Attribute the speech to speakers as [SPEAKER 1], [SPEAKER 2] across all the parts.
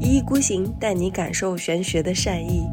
[SPEAKER 1] 一孤行带你感受玄学的善意。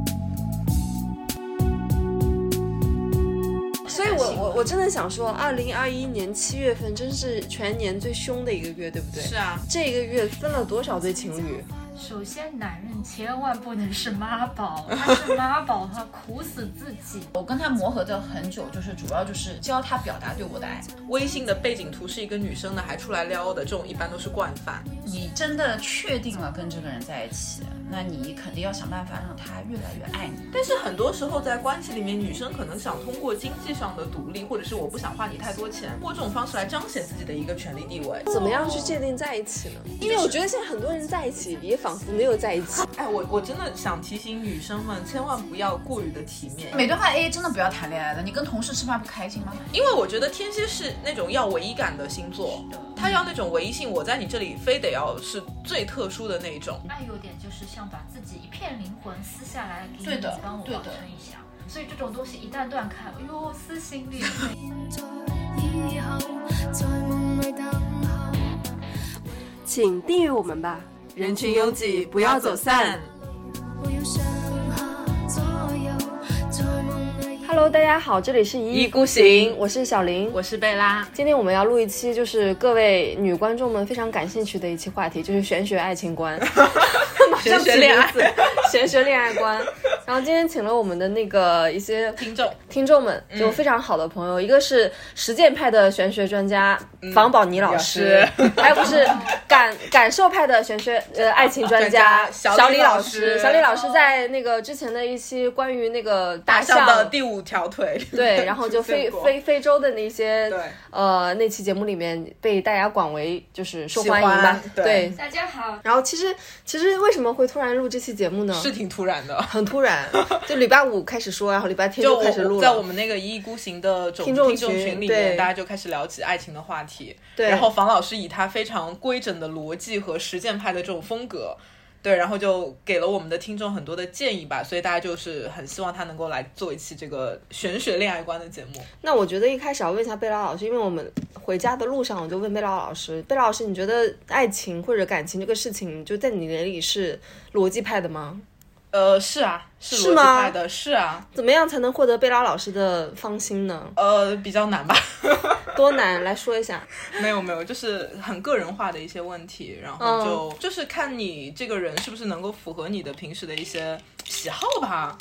[SPEAKER 2] 所以我我我真的想说，二零二一年七月份真是全年最凶的一个月，对不对？
[SPEAKER 3] 是啊，
[SPEAKER 2] 这个月分了多少对情侣？
[SPEAKER 4] 首先，男人千万不能是妈宝，他是妈宝，他苦死自己。
[SPEAKER 3] 我跟他磨合的很久，就是主要就是教他表达对我的爱。微信的背景图是一个女生的，还出来撩的，这种一般都是惯犯。你真的确定了跟这个人在一起，那你肯定要想办法让他越来越爱你。但是很多时候在关系里面，女生可能想通过经济上的独立，或者是我不想花你太多钱，通过这种方式来彰显自己的一个权利地位。
[SPEAKER 2] 怎么样去界定在一起呢？因为我觉得现在很多人在一起，也仿佛没有在一起。
[SPEAKER 3] 哎，我我真的想提醒女生们，千万不要过于的体面，
[SPEAKER 5] 每顿饭 AA 真的不要谈恋爱的。你跟同事吃饭不开 心吗？
[SPEAKER 3] 因为我觉得天蝎是那种要唯一感的星座，他要那种唯一性，我在你这里非得要是最特殊的那一种。
[SPEAKER 4] 爱有点就是像把自己一片灵魂撕下来给
[SPEAKER 3] 对
[SPEAKER 4] 你
[SPEAKER 3] 的，
[SPEAKER 4] 帮我
[SPEAKER 3] 对
[SPEAKER 4] 保
[SPEAKER 3] 的
[SPEAKER 4] 存一下。所以这种东西一旦断开，哎呦，撕心裂肺。
[SPEAKER 6] 以后，在梦里等候。
[SPEAKER 1] 请订阅我们吧，
[SPEAKER 3] 人群拥挤，不要走散。
[SPEAKER 6] 我要上下左右，在梦里。
[SPEAKER 2] Hello，大家好，这里是一
[SPEAKER 3] 一意孤行，
[SPEAKER 2] 我是小林。
[SPEAKER 3] 我是贝拉。
[SPEAKER 2] 今天我们要录一期，就是各位女观众们非常感兴趣的一期话题，就是玄学爱情 观，马上
[SPEAKER 3] 玄学恋爱
[SPEAKER 2] 起名字，玄学恋爱观。然后今天请了我们的那个一些
[SPEAKER 3] 听众，
[SPEAKER 2] 听众们，
[SPEAKER 3] 嗯
[SPEAKER 2] 就非常好的朋友，一个是实践派的玄学专家
[SPEAKER 3] 嗯
[SPEAKER 2] 房宝妮老师， 还有不是感感受派的玄学呃爱情专家
[SPEAKER 3] 哦专家
[SPEAKER 2] 小
[SPEAKER 3] 小
[SPEAKER 2] 李
[SPEAKER 3] 李
[SPEAKER 2] 老
[SPEAKER 3] 老
[SPEAKER 2] 师。
[SPEAKER 3] 师
[SPEAKER 2] 小李老师在那个之前的一期关于那个大
[SPEAKER 3] 大
[SPEAKER 2] 象
[SPEAKER 3] 象的第五条腿。
[SPEAKER 2] 对，然后就非
[SPEAKER 3] 出现过
[SPEAKER 2] 非非洲的那些
[SPEAKER 3] 对
[SPEAKER 2] 呃那期节目里面被大家广为就是受欢迎
[SPEAKER 3] 喜
[SPEAKER 2] 吧
[SPEAKER 3] 欢，对
[SPEAKER 4] 大家好，
[SPEAKER 2] 然后其实其实为什么会突然录这期节目呢？
[SPEAKER 3] 是挺突然的。
[SPEAKER 2] 很突 然，就礼拜五开始说，然后礼拜天
[SPEAKER 3] 就
[SPEAKER 2] 就
[SPEAKER 3] 我
[SPEAKER 2] 开始录了。
[SPEAKER 3] 在我们那个一意孤行的种
[SPEAKER 2] 听
[SPEAKER 3] 听
[SPEAKER 2] 众
[SPEAKER 3] 众
[SPEAKER 2] 群
[SPEAKER 3] 群里
[SPEAKER 2] 对
[SPEAKER 3] 面，大家就开始聊起爱情的话题。
[SPEAKER 2] 对
[SPEAKER 3] 然后房老师以他非常规整的逻辑和实践派的这种风格，对，然后就给了我们的听众很多的建议吧。所以大家就是很希望他能够来做一期这个玄学恋爱观的节目。
[SPEAKER 2] 那我觉得一开始要问一下贝拉老师，因为我们回家的路上我就问贝拉老师，贝拉老师，你觉得爱情或者感情这个事情，就在你眼里是逻辑派的吗？
[SPEAKER 3] 呃，是啊，是
[SPEAKER 2] 是
[SPEAKER 3] 逻辑
[SPEAKER 2] 吗
[SPEAKER 3] 派的，是啊，
[SPEAKER 2] 怎么样才能获得贝拉老师的芳心呢？
[SPEAKER 3] 呃，比较难吧。
[SPEAKER 2] 多难，来说一下。
[SPEAKER 3] 没有没有，就是很个人化的一些问题，然后就、
[SPEAKER 2] 嗯
[SPEAKER 3] 就是看你这个人是不是能够符合你的平时的一些喜好吧。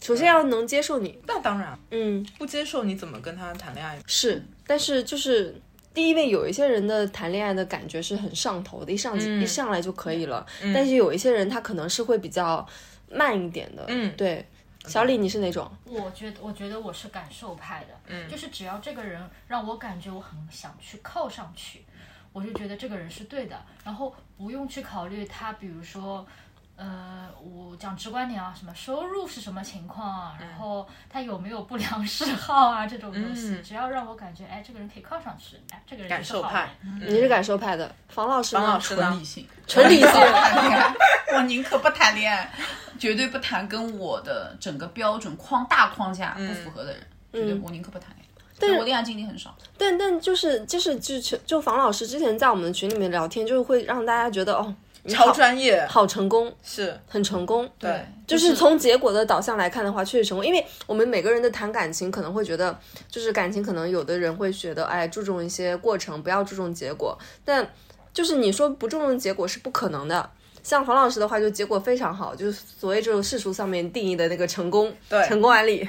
[SPEAKER 2] 首先要能接受你，
[SPEAKER 3] 那当然，
[SPEAKER 2] 嗯，
[SPEAKER 3] 不接受你怎么跟他谈恋爱？
[SPEAKER 2] 是，但是就是第一位有一些人的谈恋爱的感觉是很上头的，一上、
[SPEAKER 3] 嗯
[SPEAKER 2] 一上来就可以了，但是有一些人他可能是会比较慢一点的，
[SPEAKER 3] 嗯
[SPEAKER 2] 对。小李，你是哪种？
[SPEAKER 4] 我觉得我觉得我是感受派的，嗯，就是只要这个人让我感觉我很想去靠上去，我就觉得这个人是对的，然后不用去考虑他，比如说。呃，我讲直观点啊，什么收入是什么情况啊，
[SPEAKER 3] 嗯
[SPEAKER 4] 然后他有没有不良嗜好啊，这种东西，
[SPEAKER 3] 嗯
[SPEAKER 4] 只要让我感觉，哎，这个人可以靠上去，哎，这个人
[SPEAKER 3] 感
[SPEAKER 4] 是个
[SPEAKER 3] 受
[SPEAKER 4] 好
[SPEAKER 3] 派嗯
[SPEAKER 4] 人，，嗯
[SPEAKER 2] 你是感受派的，房老师呢？
[SPEAKER 3] 王老师呢？
[SPEAKER 5] 性，
[SPEAKER 2] 纯理性
[SPEAKER 5] 我宁可不谈恋爱，绝对不谈跟我的整个标准框大框架不符合的人，绝
[SPEAKER 3] 嗯
[SPEAKER 5] 对我宁可不谈恋爱。但我恋爱经历很少，
[SPEAKER 2] 但 但就是就是就就就房老师之前在我们的群里面聊天，就是会让大家觉得哦，你好
[SPEAKER 3] 超专业，
[SPEAKER 2] 好成功，
[SPEAKER 3] 是
[SPEAKER 2] 很成功。对
[SPEAKER 3] 对，
[SPEAKER 2] 就是从结果的导向来看的话，确实成功。因为我们每个人的谈感情，可能会觉得，就是感情可能有的人会觉得，哎，注重一些过程，不要注重结果。但就是你说不注重结果是不可能的。像黄老师的话，就结果非常好，就是所谓这种世俗上面定义的那个成功，
[SPEAKER 3] 对
[SPEAKER 2] 成功案例，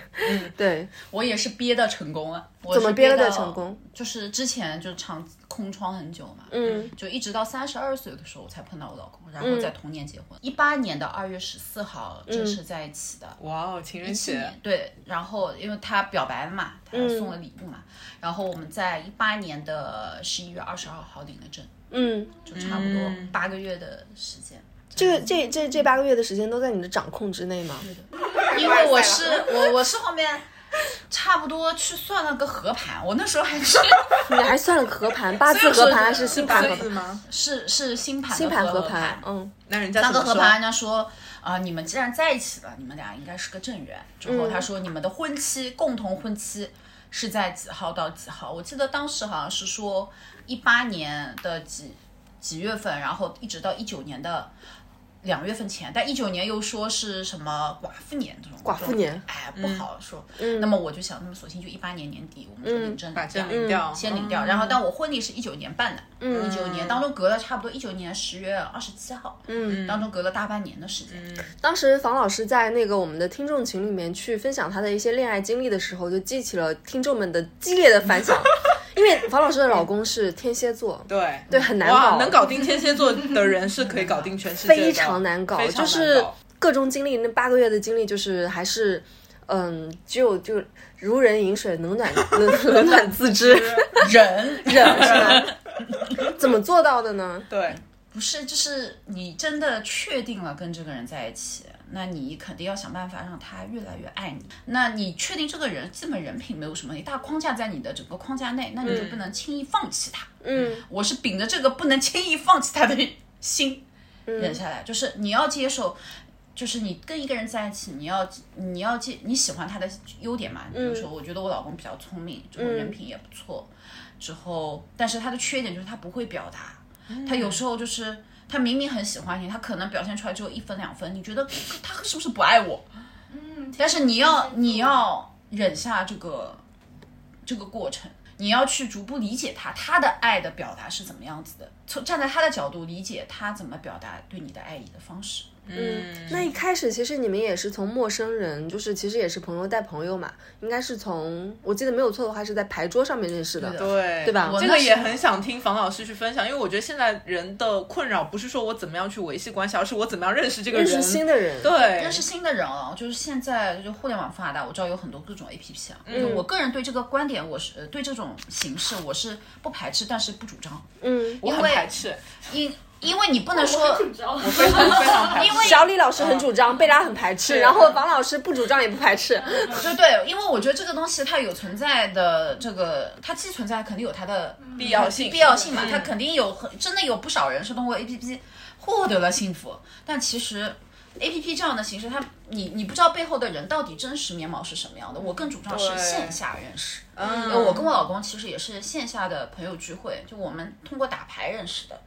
[SPEAKER 2] 对，
[SPEAKER 5] 我也是憋到成功了。我
[SPEAKER 2] 怎么
[SPEAKER 5] 是
[SPEAKER 2] 憋
[SPEAKER 5] 憋
[SPEAKER 2] 了
[SPEAKER 5] 到
[SPEAKER 2] 的成功？
[SPEAKER 5] 就是之前就长空窗很久嘛，
[SPEAKER 2] 嗯，
[SPEAKER 5] 就一直到三十二岁的时候我才碰到我老公，然后在同年结婚。
[SPEAKER 2] 嗯
[SPEAKER 5] 一八年的二月十四号正式在一起的，
[SPEAKER 3] 哇哦，情人
[SPEAKER 5] 去
[SPEAKER 3] 节
[SPEAKER 5] 年，对，然后因为他表白了嘛，他
[SPEAKER 2] 嗯
[SPEAKER 5] 送了礼物嘛，然后我们在一八年的十一月二十二号领了证，
[SPEAKER 2] 嗯，
[SPEAKER 5] 就差不多
[SPEAKER 3] 嗯
[SPEAKER 5] 八个月的时间。
[SPEAKER 2] 这个这这这八个月的时间都在你的掌控之内吗？
[SPEAKER 5] 因为我是我我是后面差不多去算了个合盘，我那时候还是
[SPEAKER 2] 你还算了个合盘，八字合盘还是星盘合
[SPEAKER 3] 是
[SPEAKER 2] 盘？
[SPEAKER 3] 吗？
[SPEAKER 5] 是是星盘的
[SPEAKER 2] 星盘合
[SPEAKER 5] 合
[SPEAKER 2] 盘，嗯，
[SPEAKER 3] 那人家
[SPEAKER 5] 那个
[SPEAKER 3] 怎么
[SPEAKER 5] 合
[SPEAKER 3] 说？
[SPEAKER 5] 盘，人家说啊、你们既然在一起了，你们俩应该是个正缘。之后
[SPEAKER 2] 嗯
[SPEAKER 5] 他说你们的婚期，共同婚期是在几号到几号？我记得当时好像是说一八年的几几月份，然后一直到一九年的两月份前，但一九年又说是什么寡妇年这种
[SPEAKER 2] 寡妇年嗯
[SPEAKER 5] 哎，不好说。那么我就想，那么索性就一八年年底我们
[SPEAKER 2] 嗯
[SPEAKER 5] 就领证，
[SPEAKER 3] 把
[SPEAKER 5] 这
[SPEAKER 3] 证
[SPEAKER 5] 样
[SPEAKER 3] 领掉，
[SPEAKER 5] 先领掉。然后，但我婚礼是一九年办的，一九年当中隔了差不多一九年十月二十七号，嗯，当中隔了大半年的时间。
[SPEAKER 2] 当时房老师在那个我们的听众群里面去分享他的一些恋爱经历的时候，就激起了听众们的激烈的 反响，因为房老师的老公是天蝎座，
[SPEAKER 3] 对
[SPEAKER 2] 对，很难
[SPEAKER 3] 哇
[SPEAKER 2] 搞，，
[SPEAKER 3] 能搞定天蝎座的人是可以搞定全世界的，啊
[SPEAKER 2] 非常难搞，
[SPEAKER 3] 非常难搞
[SPEAKER 2] 就是各种经历，那八个月的经历，就是还是。嗯，只有就如人饮水，冷暖冷冷暖自知，
[SPEAKER 5] 人
[SPEAKER 3] 啊
[SPEAKER 2] 忍是吧？ 怎么做到的呢？
[SPEAKER 3] 对，
[SPEAKER 5] 不是，就是你真的确定了跟这个人在一起，那你肯定要想办法让他越来越爱你。那你确定这个人基本人品没有什么大框架在你的整个框架内，那你就不能轻易放弃他。
[SPEAKER 2] 嗯，
[SPEAKER 5] 我是秉着这个不能轻易放弃他的心忍下来，就是你要接受。就是你跟一个人在一起，你要你要接你喜欢他的优点嘛？比如说，我觉得我老公比较聪明，之后人品也不错，之后但是他的缺点就是他不会表达，他有时候就是他明明很喜欢你，他可能表现出来只有一分两分，你觉得他是不是不爱我？
[SPEAKER 4] 嗯，
[SPEAKER 5] 但是你要你要忍下这个这个过程，你要去逐步理解他他的爱的表达是怎么样子的，从站在他的角度理解他怎么表达对你的爱意的方式。
[SPEAKER 2] 嗯，那一开始其实你们也是从陌生人，就是其实也是朋友带朋友嘛，应该是从我记得没有错的话是在牌桌上面认识的，
[SPEAKER 5] 对的
[SPEAKER 3] 对
[SPEAKER 2] 对吧我
[SPEAKER 3] 这
[SPEAKER 5] 那
[SPEAKER 3] 个
[SPEAKER 5] 时
[SPEAKER 3] 也
[SPEAKER 5] 候
[SPEAKER 3] 很想听房老师去分享，因为我觉得现在人的困扰不是说我怎么样去维系关系，而是我怎么样认识这个
[SPEAKER 2] 认
[SPEAKER 3] 人。
[SPEAKER 2] 识新的人，
[SPEAKER 3] 对，
[SPEAKER 5] 认识新的人哦，就是现在就互联网发达，我知道有很多各种 A P P 啊。嗯，我个人对这个观点，我是呃对这种形式我是不排斥，但是不主张，
[SPEAKER 2] 嗯，
[SPEAKER 3] 我很
[SPEAKER 5] 因为
[SPEAKER 3] 排斥，
[SPEAKER 5] 因因为你不能说
[SPEAKER 4] 紧张，我
[SPEAKER 3] 非常非常排斥，因为
[SPEAKER 2] 小李老师很主张，贝拉很排斥，然后王老师不主张也不排斥，
[SPEAKER 5] 对对，因为我觉得这个东西它有存在的这个，它既存在肯定有它的
[SPEAKER 3] 嗯必要嗯性
[SPEAKER 5] 必要性嘛，它肯定有很真的有不少人是通过 A P P 获得了幸福，但其实 A P P 这样的形式，它你你不知道背后的人到底真实面貌是什么样的。我更主张是
[SPEAKER 3] 对
[SPEAKER 5] 线下认识，
[SPEAKER 3] 嗯
[SPEAKER 5] 因为我跟我老公其实也是线下的朋友聚会，就我们通过打牌认识的。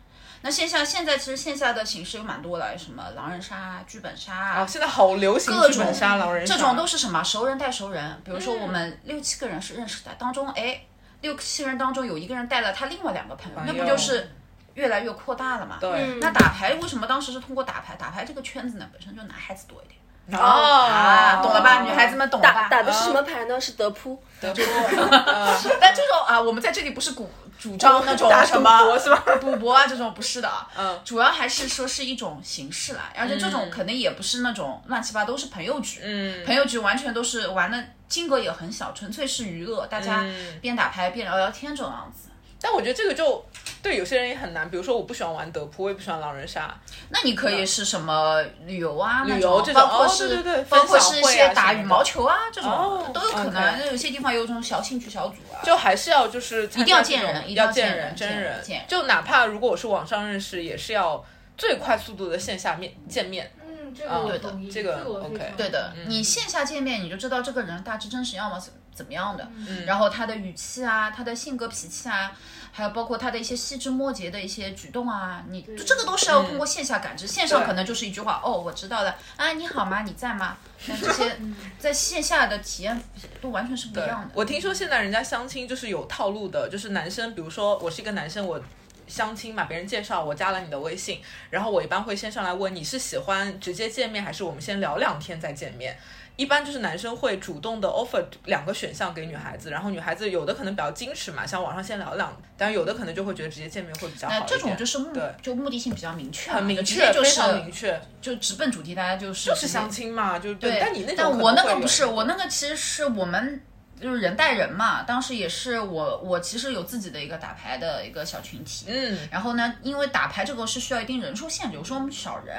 [SPEAKER 5] 那线下现在其实线下的形式有蛮多了，什么狼人杀啊、剧本杀啊
[SPEAKER 3] 啊，现在好流行
[SPEAKER 5] 各
[SPEAKER 3] 剧
[SPEAKER 5] 种
[SPEAKER 3] 本杀、狼人杀，
[SPEAKER 5] 这种都是什么熟人带熟人，比如说我们六七个人是认识的，当中哎六七个人当中有一个人带了他另外两个朋友，那
[SPEAKER 3] 友
[SPEAKER 5] 不就是越来越扩大了嘛？
[SPEAKER 3] 对
[SPEAKER 5] 那打牌为什么当时是通过打牌？打牌这个圈子呢，本身就男孩子多一点
[SPEAKER 3] 啊
[SPEAKER 5] 啊，懂了吧？女孩子们懂了吧
[SPEAKER 2] 打？
[SPEAKER 3] 哦
[SPEAKER 2] 打的是什么牌呢？是德扑，
[SPEAKER 3] 德国，
[SPEAKER 5] 但这种啊，我们在这里不是鼓主张那种
[SPEAKER 3] 打
[SPEAKER 5] 什么
[SPEAKER 3] 赌博是吧
[SPEAKER 5] 赌博啊这种不是的啊，
[SPEAKER 3] 嗯
[SPEAKER 5] 主要还是说是一种形式啦，而且这种肯定也不是那种乱七八糟，都是朋友局，
[SPEAKER 3] 嗯
[SPEAKER 5] 朋友局完全都是玩的金额也很小，纯粹是娱乐，大家
[SPEAKER 3] 嗯
[SPEAKER 5] 边打牌边聊聊天这种样子。
[SPEAKER 3] 但我觉得这个就对有些人也很难，比如说我不喜欢玩德扑，我也不喜欢狼人杀，
[SPEAKER 5] 那你可以是什么旅游啊，
[SPEAKER 3] 旅
[SPEAKER 5] 那
[SPEAKER 3] 游
[SPEAKER 5] 种
[SPEAKER 3] 这种
[SPEAKER 5] 包括
[SPEAKER 3] 哦
[SPEAKER 5] 是、
[SPEAKER 3] 对对对
[SPEAKER 5] 包括
[SPEAKER 3] 分享
[SPEAKER 5] 是一
[SPEAKER 3] 会
[SPEAKER 5] 些
[SPEAKER 3] 啊
[SPEAKER 5] 打
[SPEAKER 3] 什么
[SPEAKER 5] 羽
[SPEAKER 3] 的
[SPEAKER 5] 毛球啊这种、
[SPEAKER 3] 哦
[SPEAKER 5] 都有可
[SPEAKER 3] OK
[SPEAKER 5] 能。有些地方有这种小兴趣小组啊，
[SPEAKER 3] 就还是要就是一
[SPEAKER 5] 一定要见人一定
[SPEAKER 3] 要
[SPEAKER 5] 要见人
[SPEAKER 3] 人，
[SPEAKER 5] 见
[SPEAKER 3] 真
[SPEAKER 5] 人
[SPEAKER 3] 人
[SPEAKER 5] 见人，
[SPEAKER 3] 就哪怕如果我是网上认识，也是要最快速度的线下面见面。
[SPEAKER 4] 嗯，这个我
[SPEAKER 3] 哦
[SPEAKER 5] 的
[SPEAKER 3] 对
[SPEAKER 4] 同意，
[SPEAKER 3] 这个
[SPEAKER 4] 我非
[SPEAKER 3] OK
[SPEAKER 4] 常
[SPEAKER 5] 对的，
[SPEAKER 3] 嗯
[SPEAKER 5] 你线下见面你就知道这个人大致真实样貌怎怎么样的，
[SPEAKER 3] 嗯
[SPEAKER 5] 然后他的语气啊，他的性格脾气啊，还有包括他的一些细枝末节的一些举动啊，你这个都是
[SPEAKER 3] 嗯
[SPEAKER 5] 要通过线下感知，线上
[SPEAKER 3] 对
[SPEAKER 5] 可能就是一句话，哦，我知道了，啊，你好吗？你在吗？那这些在线下的体验都完全是不一
[SPEAKER 3] 对
[SPEAKER 5] 样的。
[SPEAKER 3] 我听说现在人家相亲就是有套路的，就是男生，比如说我是一个男生，我。相亲嘛，别人介绍我加了你的微信，然后我一般会先上来问你是喜欢直接见面还是我们先聊两天再见面。一般就是男生会主动的 offer 两个选项给女孩子，然后女孩子有的可能比较矜持嘛，像网上先聊两，但有的可能就会觉得直接见面会比较好一
[SPEAKER 5] 那
[SPEAKER 3] 点。
[SPEAKER 5] 这种就是目
[SPEAKER 3] 对
[SPEAKER 5] 就目的性比较明确嘛，
[SPEAKER 3] 很明
[SPEAKER 5] 就直
[SPEAKER 3] 确，
[SPEAKER 5] 接就
[SPEAKER 3] 非
[SPEAKER 5] 是
[SPEAKER 3] 常明确，
[SPEAKER 5] 就直奔主题，大家就是
[SPEAKER 3] 就
[SPEAKER 5] 就是
[SPEAKER 3] 相亲嘛，就
[SPEAKER 5] 对，
[SPEAKER 3] 但你那种，
[SPEAKER 5] 但我那个不是，我那个其实是我们就是人带人嘛，当时也是我我其实有自己的一个打牌的一个小群体。
[SPEAKER 3] 嗯，
[SPEAKER 5] 然后呢，因为打牌这个是需要一定人数限制，有时候我们少人，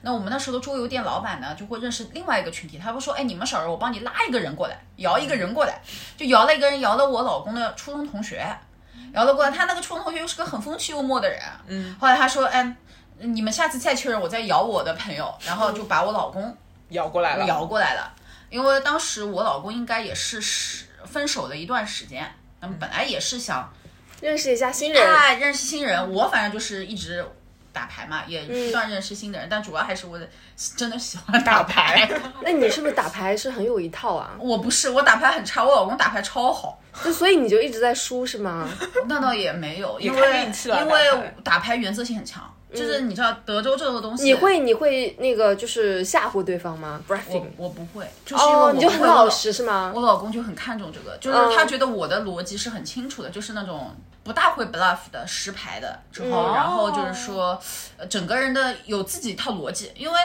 [SPEAKER 5] 那我们那时候的桌游店老板呢就会认识另外一个群体，他会说，哎，你们少人，我帮你拉一个人过来，摇一个人过来，就摇了一个人，摇了我老公的初中同学，摇了过来，他那个初中同学又是个很风趣幽默的人，嗯，后来他说，嗯，你们下次再确认，我再摇我的朋友，然后就把我老公
[SPEAKER 3] 摇过来了，
[SPEAKER 5] 摇过来了。因为当时我老公应该也是是分手了一段时间，那么本来也是想
[SPEAKER 2] 认识一下新人，
[SPEAKER 5] 哎认识新人，我反正就是一直打牌嘛，也不断认识新的人，但主要还是我真的喜欢打 牌。
[SPEAKER 2] 那你是不是打牌是很有一套啊？
[SPEAKER 5] 我不是，我打牌很差，我老公打牌超好。
[SPEAKER 2] 就所以你就一直在输是吗？
[SPEAKER 5] 那倒也没有，因
[SPEAKER 3] 看
[SPEAKER 5] 为
[SPEAKER 3] 运气了
[SPEAKER 5] 因
[SPEAKER 3] 打牌
[SPEAKER 5] 为打牌嗯原则性很强，就是你知道德州这个东西，
[SPEAKER 2] 你会你会那个就是吓唬对方吗？Bluffing
[SPEAKER 5] 我。我不会，就是因为我
[SPEAKER 2] 哦，
[SPEAKER 5] 不
[SPEAKER 2] 你
[SPEAKER 5] 会
[SPEAKER 2] 就很
[SPEAKER 5] 我
[SPEAKER 2] 老
[SPEAKER 5] 老
[SPEAKER 2] 实是吗？
[SPEAKER 5] 我老公就很看重这个，就是他
[SPEAKER 3] 嗯
[SPEAKER 5] 觉得我的逻辑是很清楚的，就是那种不大会 bluff 的实牌的之后，
[SPEAKER 3] 哦
[SPEAKER 5] 然后就是说，呃整个人的有自己一套逻辑，因为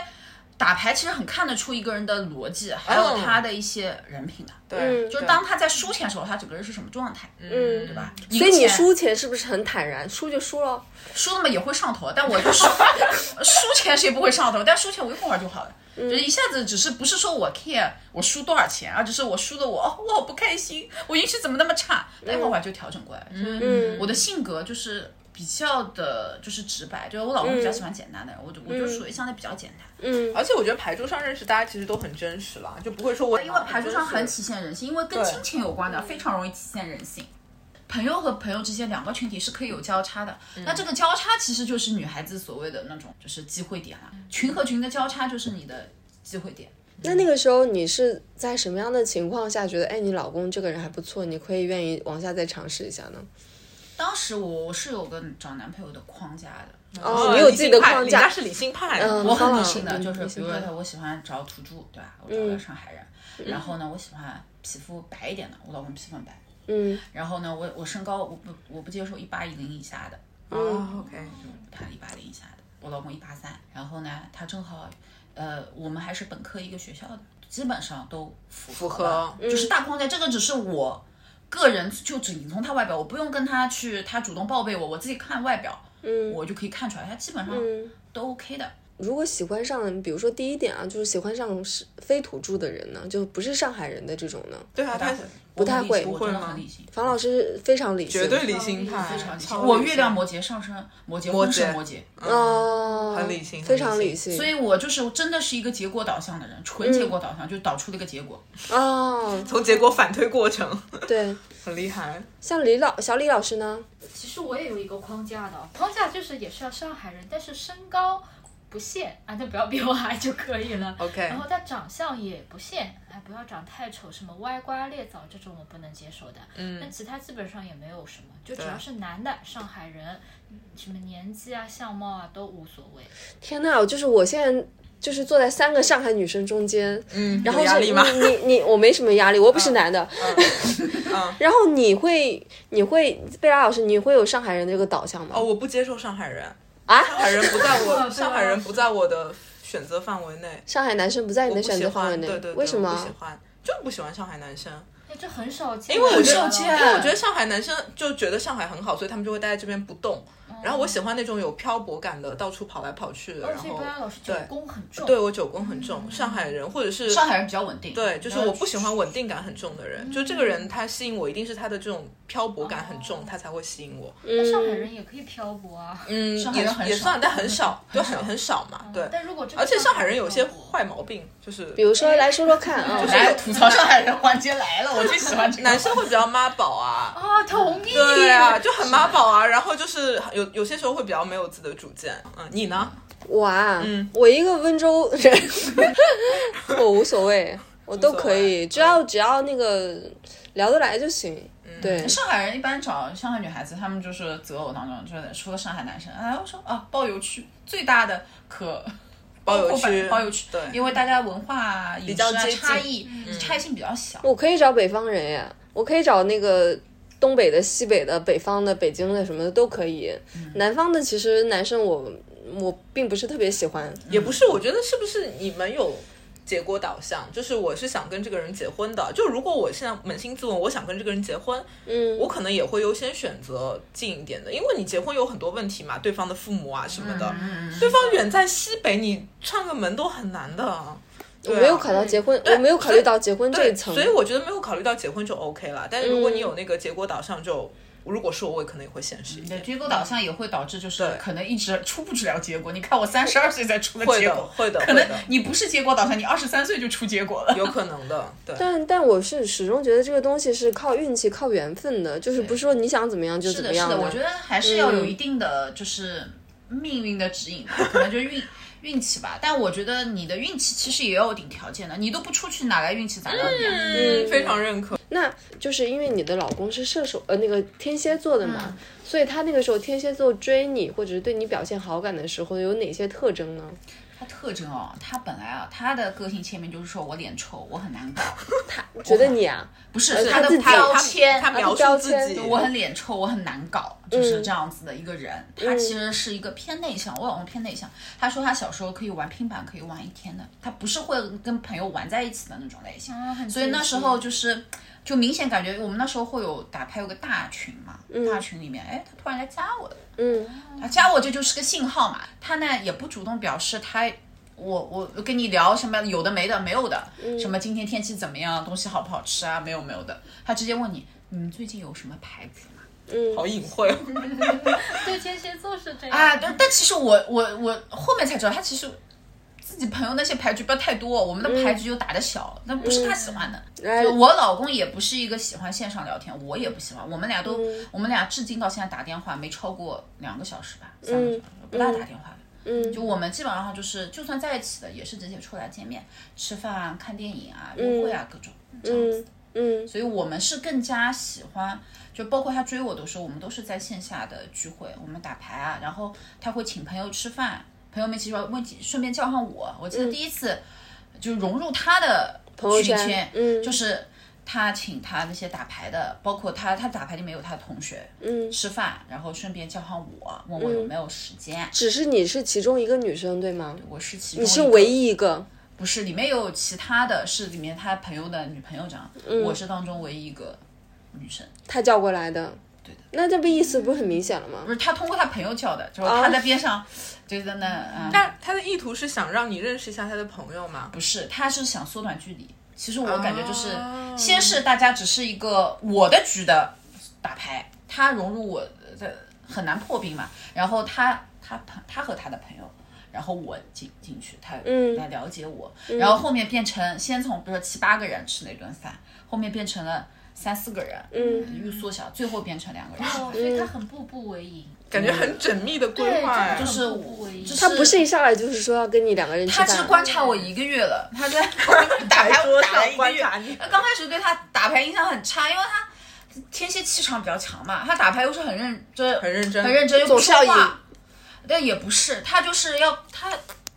[SPEAKER 5] 打牌其实很看得出一个人的逻辑，还有他的一些人品的。
[SPEAKER 3] 嗯对，
[SPEAKER 5] 就是当他在输钱的时候，他整个人是什么状态，
[SPEAKER 2] 嗯
[SPEAKER 5] 对吧？
[SPEAKER 2] 所以
[SPEAKER 5] 赢
[SPEAKER 2] 你
[SPEAKER 5] 钱
[SPEAKER 2] 输钱是不是很坦然？输就输了，
[SPEAKER 5] 输了嘛也会上头，但我就是 输钱谁不会上头？但输钱我一会儿就好了，就是一下子只是不是说我 care 我输多少钱，而只是我输的我哦 我好不开心，我运气怎么那么差？但一会儿我就调整过来。就是我的性格就是比较的，就是直白，就是我老公比较喜欢简单的人，我就我就属于相对比较简单。
[SPEAKER 3] 而且我觉得牌桌上认识大家其实都很真实了，就不会说我因
[SPEAKER 5] 因为牌桌上很体现人性，因为跟亲情有关的非常容易体现人性。朋友和朋友之间两个群体是可以有交叉的，那这个交叉其实就是女孩子所谓的那种就是机会点了，群和群的交叉就是你的机会点。
[SPEAKER 2] 那那个时候你是在什么样的情况下觉得，哎，你老公这个人还不错，你可以愿意往下再尝试一下呢？
[SPEAKER 5] 当时我是有个找男朋友的框架的，
[SPEAKER 3] 哦
[SPEAKER 2] 你有自己的框
[SPEAKER 3] 人家
[SPEAKER 2] 架，
[SPEAKER 3] 是理性派，
[SPEAKER 2] 嗯
[SPEAKER 5] 我很
[SPEAKER 2] 方
[SPEAKER 5] 理
[SPEAKER 2] 老
[SPEAKER 5] 性的，
[SPEAKER 2] 嗯
[SPEAKER 5] 就是
[SPEAKER 2] 理
[SPEAKER 5] 比
[SPEAKER 2] 性
[SPEAKER 5] 如
[SPEAKER 2] 派
[SPEAKER 5] 说我哦喜欢嗯找土著，对吧？我找个上海人，然后呢，我喜欢皮肤白一点的，我老公皮肤很白，
[SPEAKER 2] 嗯
[SPEAKER 5] 然后呢，我我身高我不我不接受一八一零以下的，
[SPEAKER 3] 哦，OK，
[SPEAKER 5] 他一八零以下的，我老公一八三，然后呢，他正好，呃，我们还是本科一个学校的，基本上都符
[SPEAKER 3] 符合
[SPEAKER 5] 了就是大框架。这个只是我个人就仅从他外表，我不用跟他去，他主动报备我，我自己看外表，嗯，我就可以看出来，他基本上
[SPEAKER 3] 嗯
[SPEAKER 5] 都 OK 的。
[SPEAKER 2] 如果喜欢上，比如说第一点啊，就是喜欢上是非土著的人呢，就不是上海人的这种呢。
[SPEAKER 3] 对啊，他
[SPEAKER 5] 不
[SPEAKER 2] 太会
[SPEAKER 5] 我
[SPEAKER 3] 不会
[SPEAKER 5] 真的
[SPEAKER 3] 吗
[SPEAKER 5] 很理性。
[SPEAKER 2] 房老师非常理性，
[SPEAKER 3] 绝对理性派，
[SPEAKER 5] 非常理性，
[SPEAKER 3] 超
[SPEAKER 5] 我
[SPEAKER 3] 理
[SPEAKER 5] 月亮摩羯上升摩羯，
[SPEAKER 3] 摩
[SPEAKER 5] 婚是
[SPEAKER 3] 羯嗯
[SPEAKER 5] 摩羯，
[SPEAKER 2] 哦，
[SPEAKER 3] 很理性
[SPEAKER 2] 非常理
[SPEAKER 5] 所以我就是真的是一个结果导向的人，纯
[SPEAKER 3] 嗯
[SPEAKER 5] 结果导向，就导出了一个结果。
[SPEAKER 2] 哦，
[SPEAKER 3] 从结果反推过程，
[SPEAKER 2] 对，
[SPEAKER 3] 很厉害。
[SPEAKER 2] 像李老小李老师呢，
[SPEAKER 4] 其实我也有一个框架的，框架就是也是要上海人，但是身高不限，啊，那不要比我矮就可以了。
[SPEAKER 3] OK，
[SPEAKER 4] 然后但长相也不限，哎，不要长太丑，什么歪瓜裂枣这种我不能接受的。嗯，但其他基本上也没有什么，就只要是男的，上海人，嗯什么年纪啊、相貌啊都无所谓。
[SPEAKER 2] 天呐，就是我现在就是坐在三个上海女生中间，
[SPEAKER 3] 嗯，
[SPEAKER 2] 然
[SPEAKER 3] 有
[SPEAKER 2] 后
[SPEAKER 3] 压
[SPEAKER 2] 是
[SPEAKER 3] 力吗？
[SPEAKER 2] 你
[SPEAKER 3] 嗯
[SPEAKER 2] 你你，我没什么压力，我不是男的。 然后你会你会贝拉老师，你会有上海人的这个导向吗？
[SPEAKER 3] 哦，我不接受上海人，
[SPEAKER 2] 啊，
[SPEAKER 3] 上海人不在 我，上海人不在我的选择范围内，
[SPEAKER 2] 上海男生不在你
[SPEAKER 3] 我
[SPEAKER 2] 的
[SPEAKER 3] 不
[SPEAKER 2] 选
[SPEAKER 3] 喜
[SPEAKER 2] 择范围
[SPEAKER 3] 欢。
[SPEAKER 2] 内，
[SPEAKER 3] 对对对，
[SPEAKER 2] 为什
[SPEAKER 3] 我不喜
[SPEAKER 2] 么？
[SPEAKER 3] 欢，就不喜欢上海男生，
[SPEAKER 4] 哎，这很少见，
[SPEAKER 3] 因为我觉得，
[SPEAKER 5] 很少见
[SPEAKER 3] 因为我觉得上海男生就觉得上海很好，所以他们就会待在这边不动。
[SPEAKER 4] 哦
[SPEAKER 3] 然后我喜欢那种有漂泊感的，到处跑来跑去的。
[SPEAKER 4] 而
[SPEAKER 3] 然
[SPEAKER 4] 且贝
[SPEAKER 3] 后
[SPEAKER 4] 拉老师嗯九
[SPEAKER 3] 对
[SPEAKER 4] 宫很重，
[SPEAKER 3] 对，我九宫很重，上海人或者是
[SPEAKER 5] 上海人比较稳定，
[SPEAKER 3] 对，就是我不喜
[SPEAKER 4] 嗯
[SPEAKER 3] 欢稳定感很重的人。就这个人他吸引我，一定是他的这种漂泊感很
[SPEAKER 4] 哦
[SPEAKER 3] 重，他才会吸引我。
[SPEAKER 4] 但上海人也可以漂泊啊。
[SPEAKER 3] 嗯，
[SPEAKER 5] 上海
[SPEAKER 3] 也
[SPEAKER 5] 人很
[SPEAKER 3] 也
[SPEAKER 5] 少嗯
[SPEAKER 3] 算，但很少，就
[SPEAKER 5] 很
[SPEAKER 3] 很
[SPEAKER 5] 少
[SPEAKER 3] 很少嘛。对，
[SPEAKER 4] 嗯但嗯如果真的
[SPEAKER 3] 而且上海人有些
[SPEAKER 4] 漂泊哦
[SPEAKER 3] 坏毛病，就是
[SPEAKER 2] 比如说来说说看啊，
[SPEAKER 5] 来吐槽上海人环节来了，我最喜欢这个。
[SPEAKER 3] 男生会比较妈宝啊，
[SPEAKER 4] 啊，同意。
[SPEAKER 3] 对啊，就很妈宝啊，然后就是有有些时候会比较没有自己的主见。嗯，你呢？
[SPEAKER 2] 我啊，我一个温州人，我无所谓，我都可以，只要只要那个聊得来就行。对，
[SPEAKER 5] 上海人一般找上海女孩子，她们就是择偶当中，就是除了上海男生，哎，我说啊，包邮区最大的可包
[SPEAKER 3] 包邮区，
[SPEAKER 5] 包邮区，
[SPEAKER 3] 对，
[SPEAKER 5] 因为大家文化啊、饮食
[SPEAKER 3] 较
[SPEAKER 5] 啊
[SPEAKER 3] 接近嗯
[SPEAKER 5] 差异差异性比较小，
[SPEAKER 2] 我可以找北方人呀，我可以找那个东北的、西北的、北方的、北京的什么的都可以。南方的其实男生我我并不是特别喜欢，
[SPEAKER 3] 也不是，我觉得是不是你们有结果导向？就是我是想跟这个人结婚的。就如果我现在扪心自问，我想跟这个人结婚，嗯，我可能也会优先选择近一点的，因为你结婚有很多问题嘛，对方的父母啊什么的，
[SPEAKER 5] 嗯
[SPEAKER 3] 对方远在西北，你串个门都很难的。
[SPEAKER 2] 我
[SPEAKER 3] 对啊
[SPEAKER 2] 没有考到结婚，我没有考虑到结婚这一层嗯
[SPEAKER 3] 所。以我觉得没有考虑到结婚就 OK 了。但是如果你有那个结果导向就，如果是我，我可能也会现实
[SPEAKER 5] 嗯
[SPEAKER 3] 一
[SPEAKER 5] 对
[SPEAKER 3] 点。
[SPEAKER 5] 结构导向也会导致就是可能一直出不了结果。你看我三十二岁才出了
[SPEAKER 3] 会
[SPEAKER 5] 结
[SPEAKER 3] 的
[SPEAKER 5] 果，
[SPEAKER 3] 会的
[SPEAKER 5] 可
[SPEAKER 3] 会
[SPEAKER 5] 能
[SPEAKER 3] 的
[SPEAKER 5] 你不是结果导向，你二十三岁就出结果了。
[SPEAKER 3] 有可能的，对。
[SPEAKER 2] 但但我是始终觉得这个东西是靠运气、靠缘分的，就是不是说你想怎么样就是嗯怎么
[SPEAKER 5] 的，
[SPEAKER 2] 样
[SPEAKER 5] 是的，我觉得还是要有一定的就是命运的指引吧，可能就运运气吧。但我觉得你的运气其实也有一定条件的，你都不出去，哪来运气砸到你啊？
[SPEAKER 2] 嗯
[SPEAKER 7] 非常认可。
[SPEAKER 2] 那就是因为你的老公是射手，呃，那个天蝎座的
[SPEAKER 5] 嗯
[SPEAKER 2] 嘛，所以他那个时候天蝎座追你或者是对你表现好感的时候有哪些特征呢？
[SPEAKER 5] 他特征哦，他本来啊，他的个性切面就是说我脸丑，我很难搞，
[SPEAKER 2] 觉得你啊，
[SPEAKER 5] 不是
[SPEAKER 2] 是
[SPEAKER 5] 他的
[SPEAKER 2] 自己
[SPEAKER 5] 标签，
[SPEAKER 7] 他描
[SPEAKER 2] 标
[SPEAKER 7] 述自
[SPEAKER 2] 签
[SPEAKER 7] 己，
[SPEAKER 5] 我很脸臭，我很难搞，
[SPEAKER 2] 嗯
[SPEAKER 5] 就是这样子的一个人。他其实是一个偏内向，我老公偏内向。他说他小时候可以玩拼板，可以玩一天的，他不是会跟朋友玩在一起的那种类型。
[SPEAKER 4] 啊很
[SPEAKER 5] 所以那
[SPEAKER 4] 贴
[SPEAKER 5] 时
[SPEAKER 4] 心
[SPEAKER 5] 候就是，就明显感觉我们那时候会有打牌有个大群嘛，大群里面，哎，他突然来加我了，
[SPEAKER 2] 嗯，
[SPEAKER 5] 他加我这就是个信号嘛。他呢也不主动表示他。我我我跟你聊什么有的没的没有的，什么今天天气怎么样，东西好不好吃啊？没有没有的，他直接问你，你们最近有什么牌子吗？
[SPEAKER 7] 好隐晦哦。
[SPEAKER 4] 对天蝎座是这样
[SPEAKER 5] 啊，
[SPEAKER 4] 的
[SPEAKER 5] 但但其实我我我后面才知道，他其实自己朋友那些牌局不要太多，我们的牌局就打的小，那、不是他喜欢的。
[SPEAKER 2] 哎
[SPEAKER 5] 就我老公也不是一个喜欢线上聊天，我也不喜欢，我们俩都、我们俩至今到现在打电话没超过两个小时吧，三个小时，不大打电话的。
[SPEAKER 2] 嗯
[SPEAKER 5] 就我们基本上就是，就算在一起的，也是直接出来见面、吃饭啊、看电影啊、约会啊，各种这样子。
[SPEAKER 2] 嗯
[SPEAKER 5] 所以我们是更加喜欢，就包括他追我的时候，我们都是在线下的聚会，我们打牌啊，然后他会请朋友吃饭，朋友们一起玩，问题顺便叫上我。我记得第一次就融入他的
[SPEAKER 2] 嗯友
[SPEAKER 5] 群
[SPEAKER 2] 圈
[SPEAKER 5] 圈，
[SPEAKER 2] 嗯
[SPEAKER 5] 就是他请他那些打牌的，包括他他打牌里面有他的同学，
[SPEAKER 2] 嗯，
[SPEAKER 5] 吃饭，然后顺便叫上我，问我有没有时间。
[SPEAKER 2] 只是你是其中一个女生对吗？
[SPEAKER 5] 我是其中
[SPEAKER 2] 你是
[SPEAKER 5] 一个
[SPEAKER 2] 唯一一个，
[SPEAKER 5] 不是，里面有其他的，是里面他朋友的女朋友这样，
[SPEAKER 2] 嗯
[SPEAKER 5] 我是当中唯一一个女生。
[SPEAKER 2] 他叫过来的。
[SPEAKER 5] 对的
[SPEAKER 2] 那这不意思不是很明显了
[SPEAKER 5] 不
[SPEAKER 2] 吗？
[SPEAKER 5] 是他通过他朋友叫的，就是
[SPEAKER 2] 哦
[SPEAKER 5] 他在边上，就在那，嗯，
[SPEAKER 7] 但他的意图是想让你认识一下他的朋友吗？
[SPEAKER 5] 不是，他是想缩短距离。其实我感觉就是，
[SPEAKER 2] 啊
[SPEAKER 7] 哦
[SPEAKER 5] 先是大家只是一个我的局的打牌，他融入我的很难破冰嘛。然后他他朋他和他的朋友，然后我进进去，他
[SPEAKER 2] 嗯
[SPEAKER 5] 来了解我，然后后面变成先从比如说七八个人吃那顿饭，后面变成了三四个人，
[SPEAKER 2] 嗯，
[SPEAKER 5] 又缩小，最后变成两个人。
[SPEAKER 4] 哦，所以他很步步为营，
[SPEAKER 7] 感觉很缜密的规划
[SPEAKER 4] 对
[SPEAKER 7] 哎，
[SPEAKER 5] 就是
[SPEAKER 4] 很步步
[SPEAKER 5] 我
[SPEAKER 4] 为，营
[SPEAKER 5] 就是
[SPEAKER 2] 他不是一上来就是说要跟你两个人吃
[SPEAKER 5] 他
[SPEAKER 2] 饭。
[SPEAKER 5] 其实观察我一个月了，他在打牌我打了一个
[SPEAKER 7] 观
[SPEAKER 5] 月
[SPEAKER 7] 察你。
[SPEAKER 5] 刚开始对他打牌印象很差，因为他天蝎气场比较强嘛，他打牌又是很认真、
[SPEAKER 7] 很认真
[SPEAKER 5] 很认真，又不说
[SPEAKER 2] 总是要赢
[SPEAKER 5] 话。但也不是，他就是要他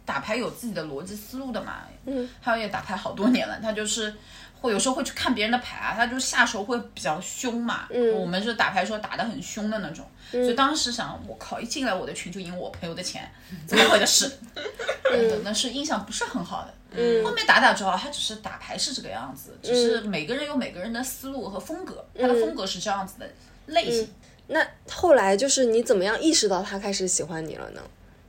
[SPEAKER 5] 打牌有自己的逻辑思路的嘛。嗯，他也打牌好多年了，他就是会有时候会去看别人的牌啊，他就下手会比较凶嘛。嗯，我们是打牌时候打得很凶的那种，所以当时想，我靠，一进来我的群就赢我朋友的钱， 怎么回 事？嗯，那是印象不是很好的。嗯，后嗯面打打之后，他只是打牌是这个样子，只是每个人有每个人的思路和风格，他的风格是这样子的类型。
[SPEAKER 2] 那后来就是你怎么样意识到他开始喜欢你了呢？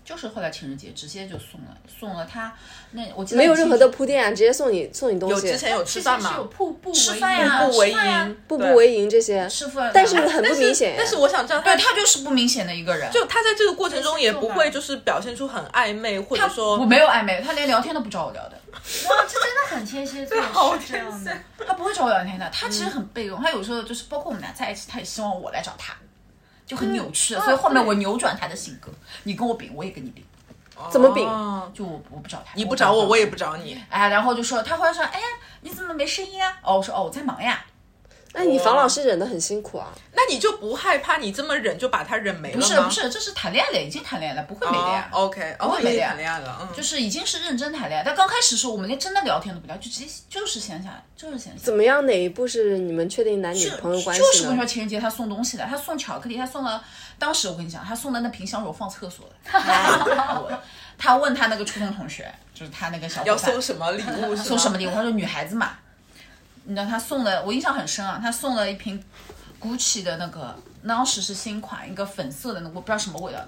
[SPEAKER 5] 就是后来情人节直接就送了，送了他那我记得
[SPEAKER 2] 没有
[SPEAKER 5] 很
[SPEAKER 2] 任何
[SPEAKER 5] 清
[SPEAKER 2] 的
[SPEAKER 5] 楚
[SPEAKER 2] 铺垫啊，直接送你送你东
[SPEAKER 7] 有
[SPEAKER 2] 西
[SPEAKER 7] 之，前有吃饭
[SPEAKER 4] 其实是有
[SPEAKER 7] 吗？
[SPEAKER 4] 步步为营
[SPEAKER 5] 吃饭呀，
[SPEAKER 7] 不为
[SPEAKER 5] 吃饭呀
[SPEAKER 7] 营，
[SPEAKER 2] 步步
[SPEAKER 7] 对
[SPEAKER 2] 为营这些，
[SPEAKER 5] 吃饭呀，
[SPEAKER 2] 但是很不明显呀。
[SPEAKER 7] 但是我想知道，
[SPEAKER 5] 对啊
[SPEAKER 7] 他
[SPEAKER 5] 他就是不明显的一个人，
[SPEAKER 7] 就他在这个过程中也不会就是表现出很暧昧，或者说
[SPEAKER 5] 我没有暧昧，他连聊天都不找我聊的，
[SPEAKER 4] 哇，这真的很天蝎 座，
[SPEAKER 7] 好
[SPEAKER 4] 是这样的。
[SPEAKER 5] 他不会找我聊天的，他其实很被动，他有时候就是包括我们俩在一起，他也希望我来找他，就很扭曲的，
[SPEAKER 7] 啊
[SPEAKER 5] 所以后面我扭转他的性格，你跟我比，我也跟你比，
[SPEAKER 2] 怎么比
[SPEAKER 7] 哦
[SPEAKER 5] 就我我不找他，
[SPEAKER 7] 你不找我，我也
[SPEAKER 5] 不
[SPEAKER 7] 不找你。
[SPEAKER 5] 哎，然后就说他后来说，哎呀，你怎么没声音啊？哦，我说哦我在忙呀，
[SPEAKER 2] 那你房老师忍得很辛苦啊。
[SPEAKER 7] 那你就不害怕你这么忍就把他忍没了
[SPEAKER 5] 不
[SPEAKER 7] 吗？
[SPEAKER 5] 是不是，这是谈恋爱了，已经谈恋爱了，不会没的呀。
[SPEAKER 7] o k 哦，
[SPEAKER 5] 会
[SPEAKER 7] 已
[SPEAKER 5] 没
[SPEAKER 7] 经
[SPEAKER 5] 的呀
[SPEAKER 7] 谈恋爱了，嗯，
[SPEAKER 5] 就是已经是认真谈恋爱，但刚开始的时候，我们连真的聊天都不聊，就直接就是闲下来，就是闲下来。
[SPEAKER 2] 怎么样？哪一步是你们确定男女
[SPEAKER 5] 就
[SPEAKER 2] 朋友关
[SPEAKER 5] 就是
[SPEAKER 2] 系
[SPEAKER 5] 我跟你说，
[SPEAKER 2] 呢？
[SPEAKER 5] 情人节他送东西的，他送巧克力，他送了。当时我跟你讲，他送的那瓶香水我放厕所了。 我 他问他那个初中同学，就是他那个小伙
[SPEAKER 7] 要
[SPEAKER 5] 伴
[SPEAKER 7] 送什么礼物？
[SPEAKER 5] 送
[SPEAKER 7] 送
[SPEAKER 5] 什么？ 礼物？他说女孩子嘛。你知道他送了，我印象很深啊，他送了一瓶 GUCCI 的那个，当时是新款，一个粉色的那个，我不知道什么味道。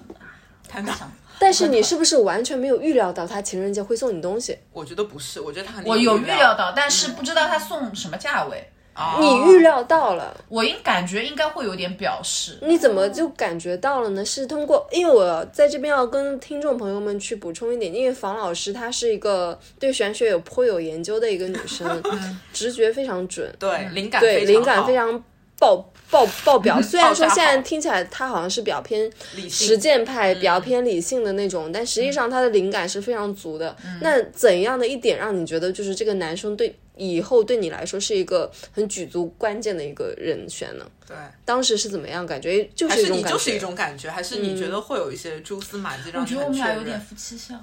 [SPEAKER 7] 谈到
[SPEAKER 5] 想
[SPEAKER 2] 但是你是不是完全没有预料到他情人节会送你东西？
[SPEAKER 7] 我觉得不是，我觉得他很
[SPEAKER 5] 我有预料到，但是不知道他送什么价位。
[SPEAKER 2] 你预料到了，
[SPEAKER 5] 我应感觉应该会有点表示，
[SPEAKER 2] 你怎么就感觉到了呢？是通过，因为我在这边要跟听众朋友们去补充一点，因为房老师她是一个对玄 学
[SPEAKER 5] 嗯
[SPEAKER 2] 有颇有研究的一个女生，直觉非常准，
[SPEAKER 7] 对灵感非
[SPEAKER 2] 对
[SPEAKER 7] 常
[SPEAKER 2] 灵感
[SPEAKER 7] 好
[SPEAKER 2] 非常爆爆 爆表。虽然说
[SPEAKER 7] 爆炸
[SPEAKER 2] 现在
[SPEAKER 7] 好
[SPEAKER 2] 听起来他好像是比较偏
[SPEAKER 7] 理性嗯
[SPEAKER 2] 实践派、比较偏理性的那种，但实际上他的灵感是非常足的。
[SPEAKER 7] 嗯
[SPEAKER 2] 那怎样的一点让你觉得就是这个男生对以后对你来说是一个很举足关键的一个人选呢？
[SPEAKER 7] 对，
[SPEAKER 2] 当时是怎么样感觉？就
[SPEAKER 7] 还
[SPEAKER 2] 是一
[SPEAKER 7] 是
[SPEAKER 2] 种
[SPEAKER 7] 你
[SPEAKER 2] 感
[SPEAKER 7] 就是一
[SPEAKER 2] 觉。
[SPEAKER 7] 种感觉，还是你觉得会有一些蛛丝马迹让
[SPEAKER 5] 嗯我
[SPEAKER 7] 你
[SPEAKER 5] 觉得我
[SPEAKER 7] 很
[SPEAKER 5] 们
[SPEAKER 7] 确
[SPEAKER 5] 俩有点
[SPEAKER 7] 认？
[SPEAKER 5] 夫妻相。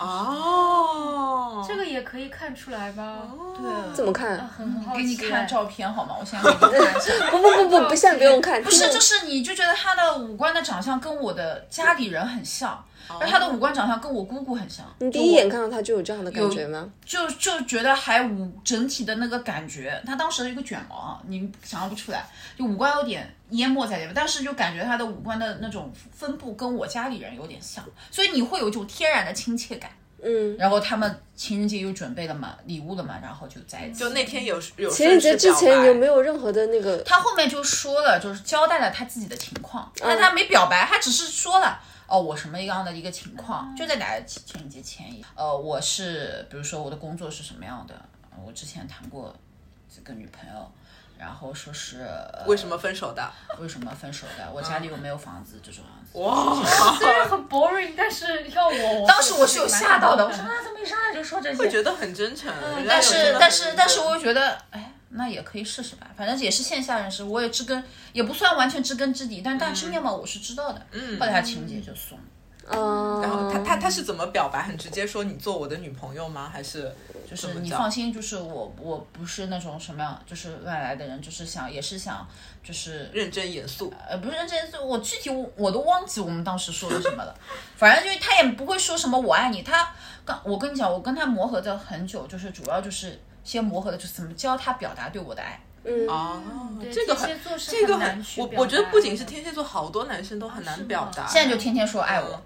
[SPEAKER 7] 哦，
[SPEAKER 4] 这个也可以看出来吧？
[SPEAKER 5] 对，
[SPEAKER 2] 怎么
[SPEAKER 4] 啊
[SPEAKER 2] 看？
[SPEAKER 4] 很
[SPEAKER 7] 嗯
[SPEAKER 4] 很好
[SPEAKER 5] 给你
[SPEAKER 4] 奇
[SPEAKER 5] 看
[SPEAKER 4] 哎。
[SPEAKER 5] 照片好吗？我 现在给你看一下。
[SPEAKER 2] 不不不不，不现在不用看，
[SPEAKER 5] 不是，
[SPEAKER 2] 听众
[SPEAKER 5] 就是你就觉得他的五官的长相跟我的家里人很像，然后他的五官长相跟我姑姑很像。
[SPEAKER 2] 你
[SPEAKER 5] 你
[SPEAKER 2] 第一眼看到他就有这样的感觉吗？
[SPEAKER 5] 就就觉得还五整体的那个感觉，他当时的一个卷毛啊，你想象不出来，就五官有点淹没在里面，但是就感觉他的五官的那种分布跟我家里人有点像，所以你会有一种天然的亲切感。
[SPEAKER 2] 嗯，
[SPEAKER 5] 然后他们情人节又准备了嘛礼物了嘛，然后就在一起。
[SPEAKER 7] 就那天有有
[SPEAKER 2] 情人节之前你有没
[SPEAKER 7] 有？
[SPEAKER 2] 有任何的那个？
[SPEAKER 5] 他后面就说了，就是交代了他自己的情况，但他没表白，他只是说了。哦，我什么样的一个情况？就在哪个情人节前一，呃，我是比如说我的工作是什么样的？我之前谈过这个女朋友，然后说是、呃
[SPEAKER 7] 为什么分手的？
[SPEAKER 5] 为什么分手的？我家里有没有房子？这种样子。
[SPEAKER 7] 哇，
[SPEAKER 4] 虽然很 boring，但是要我，我
[SPEAKER 5] 当时我是有吓到的，我
[SPEAKER 4] 会
[SPEAKER 5] 说啊，怎么一上来就说这
[SPEAKER 7] 会
[SPEAKER 5] 些？
[SPEAKER 7] 觉得很真诚。人家
[SPEAKER 5] 嗯但
[SPEAKER 7] 有真
[SPEAKER 5] 是
[SPEAKER 7] 的
[SPEAKER 5] 但
[SPEAKER 7] 很
[SPEAKER 5] 是
[SPEAKER 7] 认
[SPEAKER 5] 但是，
[SPEAKER 7] 真
[SPEAKER 5] 我又觉得，哎，那也可以试试吧，反正也是线下认识，我也知根，也不算完全知根知底，但大致面貌我是知道的。嗯，后来他情节就松了。
[SPEAKER 2] 嗯，
[SPEAKER 7] 然哦后他他他是怎么表白？很直接说你做我的女朋友吗？还是就
[SPEAKER 5] 就是你放心，就是我我不是那种什么样，就是乱来的人，就是想也是想就是
[SPEAKER 7] 认真严肃？
[SPEAKER 5] 呃不是认真，我具体我我都忘记我们当时说了什么了，反正就是他也不会说什么我爱你，他刚我跟你讲，我跟他磨合的很久，就是主要就是先磨合的就是怎么教他表达对我的爱，
[SPEAKER 7] 哦，
[SPEAKER 4] 嗯对
[SPEAKER 7] 这个
[SPEAKER 4] 天
[SPEAKER 7] 很
[SPEAKER 4] 蝎座是
[SPEAKER 7] 这个
[SPEAKER 4] 很
[SPEAKER 7] 很
[SPEAKER 4] 难，去
[SPEAKER 7] 我
[SPEAKER 4] 表
[SPEAKER 7] 我觉得
[SPEAKER 4] 达
[SPEAKER 7] 不仅
[SPEAKER 4] 的
[SPEAKER 7] 是天蝎座，好多男生都很难表达。
[SPEAKER 5] 现在就天天说爱我，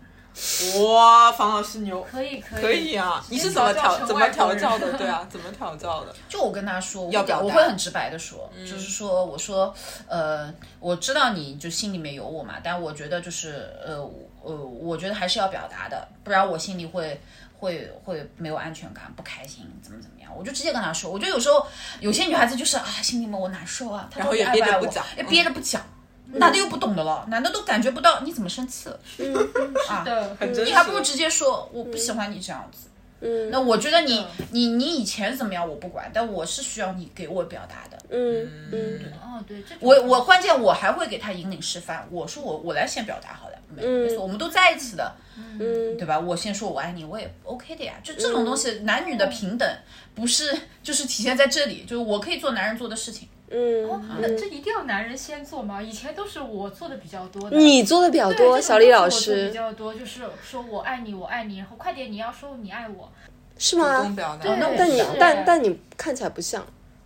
[SPEAKER 7] 哇，房老师牛，
[SPEAKER 4] 可以可以
[SPEAKER 7] 可以啊！你是怎么调
[SPEAKER 4] 调教成
[SPEAKER 7] 怎么
[SPEAKER 4] 外
[SPEAKER 7] 调
[SPEAKER 4] 国人
[SPEAKER 7] 教 的？对啊，怎么调教的？
[SPEAKER 5] 就我跟他说，我
[SPEAKER 7] 要
[SPEAKER 5] 会
[SPEAKER 7] 表达嗯
[SPEAKER 5] 我会很直白的说，就是说，我说，呃，我知道你就心里面有我嘛，但我觉得就是，呃，我呃，我觉得还是要表达的，不然我心里会会会没有安全感，不开心，怎么怎么样，我就直接跟他说。我觉得有时候有些女孩子就是啊，心里面我难受啊，她
[SPEAKER 7] 然后
[SPEAKER 5] 到
[SPEAKER 7] 也
[SPEAKER 5] 底爱
[SPEAKER 7] 憋着不
[SPEAKER 5] 不爱我
[SPEAKER 7] 讲，嗯
[SPEAKER 5] 也憋着不讲，男的又不懂的了，男的都感觉不到你怎么生气了，
[SPEAKER 2] 嗯
[SPEAKER 4] 是的，
[SPEAKER 7] 啊很真
[SPEAKER 5] 你
[SPEAKER 7] 实
[SPEAKER 5] 还不如直接说我不喜欢你这样子。嗯，那我觉得你你你以前怎么样我不管，但我是需要你给我表达的。
[SPEAKER 2] 嗯嗯
[SPEAKER 4] 哦对，这种
[SPEAKER 5] 我我关键我还会给他引领示范，我说我我来先表达好了，没没错，我们都在一起的，
[SPEAKER 2] 嗯
[SPEAKER 5] 对吧？我先说我爱你，我也 OK 的呀。就这种东西，男女的平等不是就是体现在这里，就是我可以做男人做的事情，
[SPEAKER 4] 哦
[SPEAKER 2] 嗯，，
[SPEAKER 4] 那这一定要男人先做吗？以前都是我做的比较多的。
[SPEAKER 2] 你做的比较
[SPEAKER 4] 对
[SPEAKER 2] 多，
[SPEAKER 4] 这种
[SPEAKER 2] 小李
[SPEAKER 4] 东西
[SPEAKER 2] 老
[SPEAKER 4] 我做得比
[SPEAKER 2] 师
[SPEAKER 4] 较多，就是说我爱你，我爱你，然后快点你要说你爱我。
[SPEAKER 2] 是
[SPEAKER 7] 主
[SPEAKER 2] 吗
[SPEAKER 7] 动？表达。
[SPEAKER 4] 对
[SPEAKER 5] 哦那我
[SPEAKER 2] 但你
[SPEAKER 5] 是
[SPEAKER 2] 但但你看起来不像，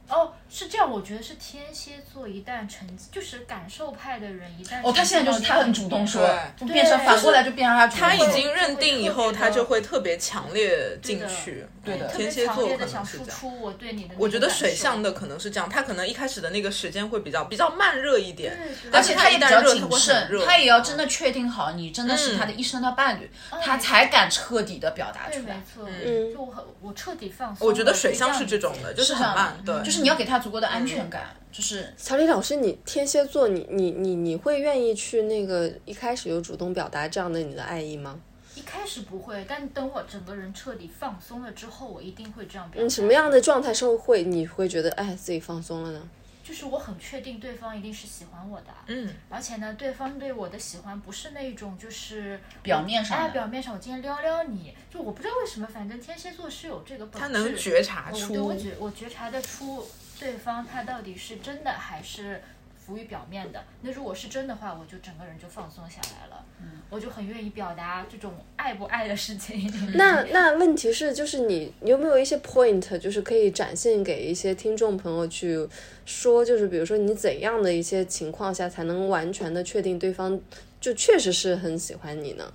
[SPEAKER 4] 哦，是这样，我觉得是天蝎座一旦成，就是感受派的人一旦
[SPEAKER 5] 哦，他现在就是他很主动说，就
[SPEAKER 7] 对
[SPEAKER 5] 变成
[SPEAKER 4] 对
[SPEAKER 5] 反过来就变成他主动
[SPEAKER 7] 他
[SPEAKER 5] 说
[SPEAKER 7] 已经认定以后，
[SPEAKER 4] 就会特别的
[SPEAKER 7] 他就会特别强烈进去。
[SPEAKER 5] 对的对的
[SPEAKER 7] 嗯
[SPEAKER 4] 特
[SPEAKER 7] 天
[SPEAKER 4] 别
[SPEAKER 7] 蝎
[SPEAKER 4] 强
[SPEAKER 7] 座
[SPEAKER 4] 烈
[SPEAKER 7] 可
[SPEAKER 4] 的
[SPEAKER 7] 能
[SPEAKER 4] 想
[SPEAKER 7] 是
[SPEAKER 4] 付
[SPEAKER 7] 这样。
[SPEAKER 4] 出我对你的那种感受。
[SPEAKER 7] 我觉得水象的可能是这样，他可能一开始的那个时间会比较比较慢热一点
[SPEAKER 4] 对对，
[SPEAKER 5] 而
[SPEAKER 7] 但
[SPEAKER 5] 且
[SPEAKER 7] 是
[SPEAKER 5] 他
[SPEAKER 7] 他
[SPEAKER 5] 也
[SPEAKER 7] 一
[SPEAKER 5] 比
[SPEAKER 7] 旦
[SPEAKER 5] 较
[SPEAKER 7] 热，
[SPEAKER 5] 谨
[SPEAKER 7] 会很
[SPEAKER 5] 慎
[SPEAKER 7] 热，，
[SPEAKER 5] 他也要真的确定好你真的
[SPEAKER 7] 嗯
[SPEAKER 5] 是他的一生的伴侣，他才敢彻底的表达
[SPEAKER 4] 对，
[SPEAKER 5] 出来
[SPEAKER 4] 没。错，
[SPEAKER 2] 嗯
[SPEAKER 4] 就我很我彻底放松了。
[SPEAKER 7] 我觉得水象是这种的，就是是很
[SPEAKER 5] 这样
[SPEAKER 7] 慢，
[SPEAKER 5] 的嗯
[SPEAKER 7] 对，
[SPEAKER 5] 就是你要给他足够的安全感，就是
[SPEAKER 2] 小李老师，你天蝎座，你你你你会愿意去那个一开始就主动表达这样的你的爱意吗？
[SPEAKER 4] 一开始不会，但等我整个人彻底放松了之后，我一定会这样表达。
[SPEAKER 2] 嗯，什么样的状态时候会你会觉得哎自己放松了呢？
[SPEAKER 4] 就是我很确定对方一定是喜欢我的，啊
[SPEAKER 7] 嗯，
[SPEAKER 4] 而且呢，对方对我的喜欢不是那一种就是
[SPEAKER 5] 表面上的
[SPEAKER 4] 哎，表面上我今天撩撩你，就我不知道为什么，反正天蝎座是有这个本质，
[SPEAKER 7] 他能觉察
[SPEAKER 4] 我
[SPEAKER 7] 出
[SPEAKER 4] 对我觉我觉察得出对方他到底是真的还是浮于表面的。那如果是真的话，我就整个人就放松下来了，
[SPEAKER 5] 嗯
[SPEAKER 4] 我就很愿意表达这种爱不爱的事 情。
[SPEAKER 2] 那那问题是，就是你有没有一些 point，就是可以展现给一些听众朋友去说，就是比如说你怎样的一些情况下才能完全的确定对方就确实是很喜欢你呢？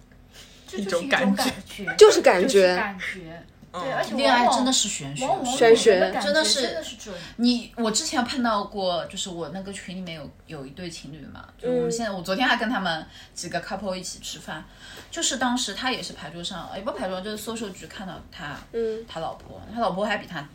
[SPEAKER 4] 这就是
[SPEAKER 7] 种
[SPEAKER 4] 一
[SPEAKER 7] 感
[SPEAKER 4] 种
[SPEAKER 7] 觉
[SPEAKER 4] 感 觉，
[SPEAKER 2] 就是感
[SPEAKER 4] 就是
[SPEAKER 2] 觉
[SPEAKER 4] 感觉，
[SPEAKER 7] 嗯
[SPEAKER 4] 对，而且
[SPEAKER 5] 恋爱
[SPEAKER 4] 往往
[SPEAKER 5] 真的是玄学。
[SPEAKER 4] 往往
[SPEAKER 2] 玄学
[SPEAKER 4] 我的感
[SPEAKER 5] 真的
[SPEAKER 4] 觉
[SPEAKER 5] 是
[SPEAKER 4] 真的是准。
[SPEAKER 5] 你我之前碰到过，就是我那个群里面有有一对情侣嘛，就
[SPEAKER 3] 嗯
[SPEAKER 5] 我们现在、我昨天还跟他们几个 couple 一起吃饭，就是当时他也是牌桌上，哎也不牌桌，就是搜售局看到他，
[SPEAKER 2] 嗯，
[SPEAKER 5] 他老婆，他老婆还比他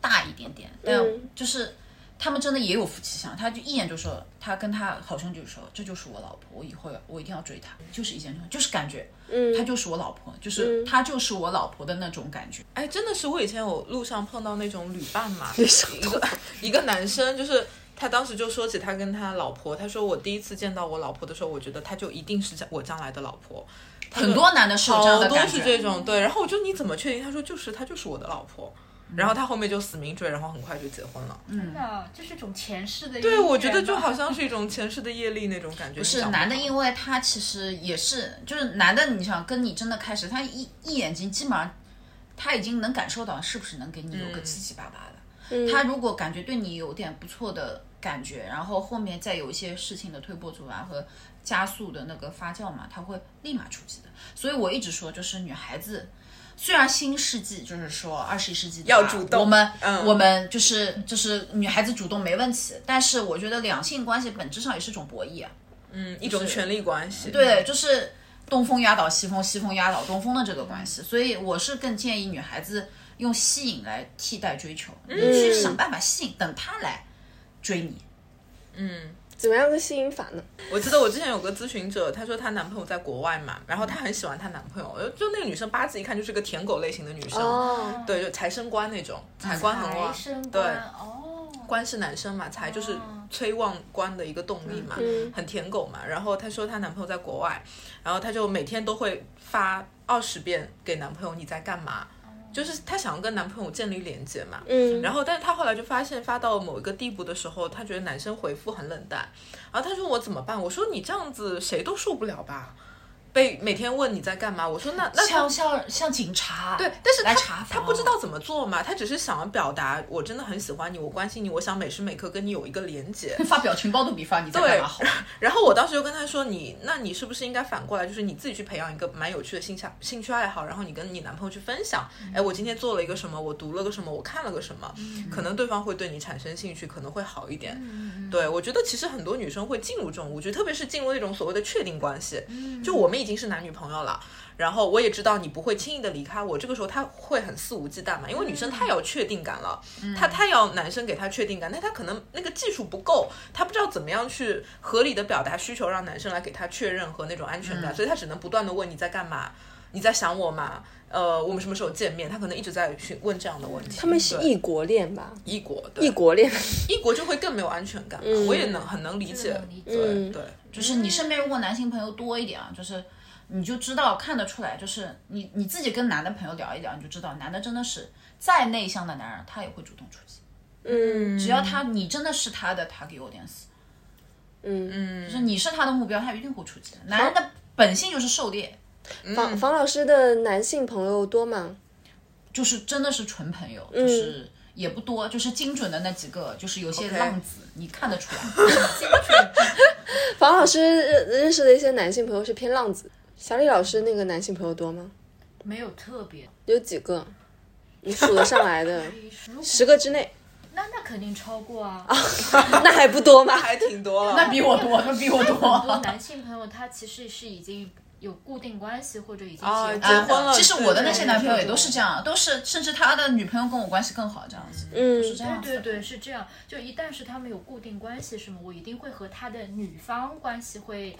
[SPEAKER 5] 大一点点，但
[SPEAKER 2] 嗯
[SPEAKER 5] 就是。他们真的也有夫妻相，他就一眼就说，他跟他好兄弟就说，这就是我老婆，我以后要我一定要追她，就是一见钟情，就是感觉，嗯，她就是我老婆，就是、她就是我老婆的那种感觉。
[SPEAKER 3] 嗯哎，真的是我以前有路上碰到那种旅伴嘛，一个一个男生，就是他当时就说起他跟他老婆，他说我第一次见到我老婆的时候，我觉得她就一定是我将来的老婆，
[SPEAKER 5] 很多男的是有这样
[SPEAKER 3] 好
[SPEAKER 5] 的
[SPEAKER 3] 多
[SPEAKER 5] 感
[SPEAKER 3] 是
[SPEAKER 5] 觉，
[SPEAKER 3] 这种对。然后我就你怎么确定？他说就是她就是我的老婆。
[SPEAKER 5] 嗯
[SPEAKER 3] 然后他后面就死命追，然后很快就结婚了。
[SPEAKER 4] 真的，这是一种前世的。
[SPEAKER 3] 对，我觉得就好。像是一种前世的业力那种感觉。不
[SPEAKER 5] 是男的，因为他其实也是，就是男的，你想跟你真的开始，他一一眼睛基本上，他已经能感受到是不是能给你有个
[SPEAKER 3] 嗯
[SPEAKER 5] 七七八八的。他如果感觉对你有点不错的感觉，然后后面再有一些事情的推波助澜和加速的那个发酵嘛，他会立马出击的。所以我一直说，就是女孩子。虽然新世纪就是说二十一世纪的
[SPEAKER 3] 要
[SPEAKER 5] 话
[SPEAKER 3] 主动
[SPEAKER 5] 我们、
[SPEAKER 3] 嗯
[SPEAKER 5] 我们就是就是女孩子主动没问题，但是我觉得两性关系本质上也是一种博弈、啊，
[SPEAKER 3] 嗯，一种权力关系。
[SPEAKER 5] 对，就是东风压倒西风，西风压倒东风的这个关系。所以我是更建议女孩子用吸引来替代追求，你去想办法吸引，等他来追你。
[SPEAKER 2] 怎么样个吸引法呢？
[SPEAKER 3] 我记得我之前有个咨询者，她说她男朋友在国外嘛，然后她很喜欢她男朋友，呃就那个女生八字一看就是个舔狗类型的女生，
[SPEAKER 2] 哦，
[SPEAKER 3] 对，就财生官那种，财官很
[SPEAKER 4] 财
[SPEAKER 3] 旺，
[SPEAKER 4] 啊生
[SPEAKER 3] 对，
[SPEAKER 4] 官哦，
[SPEAKER 3] 官是男生嘛，财就是催旺官的一个动力嘛，
[SPEAKER 2] 嗯
[SPEAKER 3] 很舔狗嘛。然后她说她男朋友在国外，然后她就每天都会发二十遍给男朋友你在干嘛，就是她想要跟男朋友建立连接嘛，
[SPEAKER 2] 嗯，
[SPEAKER 3] 然后，但是她后来就发现，发到某一个地步的时候，她觉得男生回复很冷淡，然后她说我怎么办？我说你这样子谁都受不了吧？被每天问你在干嘛？我说那那她
[SPEAKER 5] 像像像警察，
[SPEAKER 3] 对，但是
[SPEAKER 5] 来
[SPEAKER 3] 她
[SPEAKER 5] 查
[SPEAKER 3] 她
[SPEAKER 5] 房
[SPEAKER 3] 不知道怎么做嘛，她只是想要表达我真的很喜欢你，我关心你，我想每时每刻跟你有一个 连接。
[SPEAKER 5] 发表情包都比发你在干嘛好。
[SPEAKER 3] 然后我当时就跟他说：“你，那你是不是应该反过来，就是你自己去培养一个蛮有趣的兴趣兴趣爱好，然后你跟你男朋友去分享，
[SPEAKER 5] 嗯
[SPEAKER 3] 哎，我今天做了一个什么，我读了个什么，我看了个什么，
[SPEAKER 5] 嗯
[SPEAKER 3] 可能对方会对你产生兴趣，可能会好一点。对我觉得其实很多女生会进入这种误区，特别是进入那种所谓的确定关系，
[SPEAKER 5] 嗯
[SPEAKER 3] 就我们已经是男女朋友了。”然后我也知道你不会轻易的离开我，这个时候她会很肆无忌惮嘛，因为女生太要确定感了，她太要男生给她确定感，但她可能那个技术不够，她不知道怎么样去合理的表达需求，让男生来给她确认和那种安全感，所以她只能不断的问你在干嘛，你在想我吗？呃，我们什么时候见面？她可能一直在去问这样的问题。
[SPEAKER 2] 他们是
[SPEAKER 3] 对
[SPEAKER 2] 异国恋吧？
[SPEAKER 3] 异国，对
[SPEAKER 2] 异国恋，
[SPEAKER 3] 异国就会更没有安全感嘛，我也能很能理解，
[SPEAKER 4] 能理解
[SPEAKER 3] 对对，
[SPEAKER 5] 就是你身边如果男性朋友多一点啊，就是你就知道看得出来，就是你你自己跟男的朋友聊一聊，你就知道男的真的是再内向的男人，他也会主动出击。嗯，只要他你真的是他的 target audience，嗯嗯，就是你是他的目标，他一定会出击的。男人的本性就是狩猎，
[SPEAKER 2] 房房老师的男性朋友多吗？
[SPEAKER 5] 就是真的是纯朋友，就是。也不多，就是精准的那几个，就是有些
[SPEAKER 3] OK
[SPEAKER 5] 浪子你看得出来。
[SPEAKER 2] 房老师认认识的一些男性朋友是偏浪子，小李老师那个男性朋友多吗？
[SPEAKER 4] 没有特别。
[SPEAKER 2] 有几个？你数得上来 的
[SPEAKER 4] 哎如果
[SPEAKER 2] 十个之内，
[SPEAKER 4] 那那肯定超过啊。
[SPEAKER 2] 那还不多吗？
[SPEAKER 3] 还挺多了。
[SPEAKER 5] 那比我多，那比我
[SPEAKER 4] 很多
[SPEAKER 5] 多。
[SPEAKER 4] 男性朋友他其实是已经有固定关系或者已经
[SPEAKER 3] 啊
[SPEAKER 4] 结
[SPEAKER 3] 结婚
[SPEAKER 4] 婚
[SPEAKER 3] 了
[SPEAKER 5] 其实我的那
[SPEAKER 3] 对
[SPEAKER 5] 些
[SPEAKER 3] 对
[SPEAKER 5] 男朋友
[SPEAKER 3] 对
[SPEAKER 5] 也都是这样，都是甚至他的女朋友跟我关系更好这样子，
[SPEAKER 2] 嗯
[SPEAKER 5] 都是这样子
[SPEAKER 4] 对
[SPEAKER 5] 的。
[SPEAKER 4] 对，是这样。就一旦是他们有固定关系什么，我一定会和他的女方关系会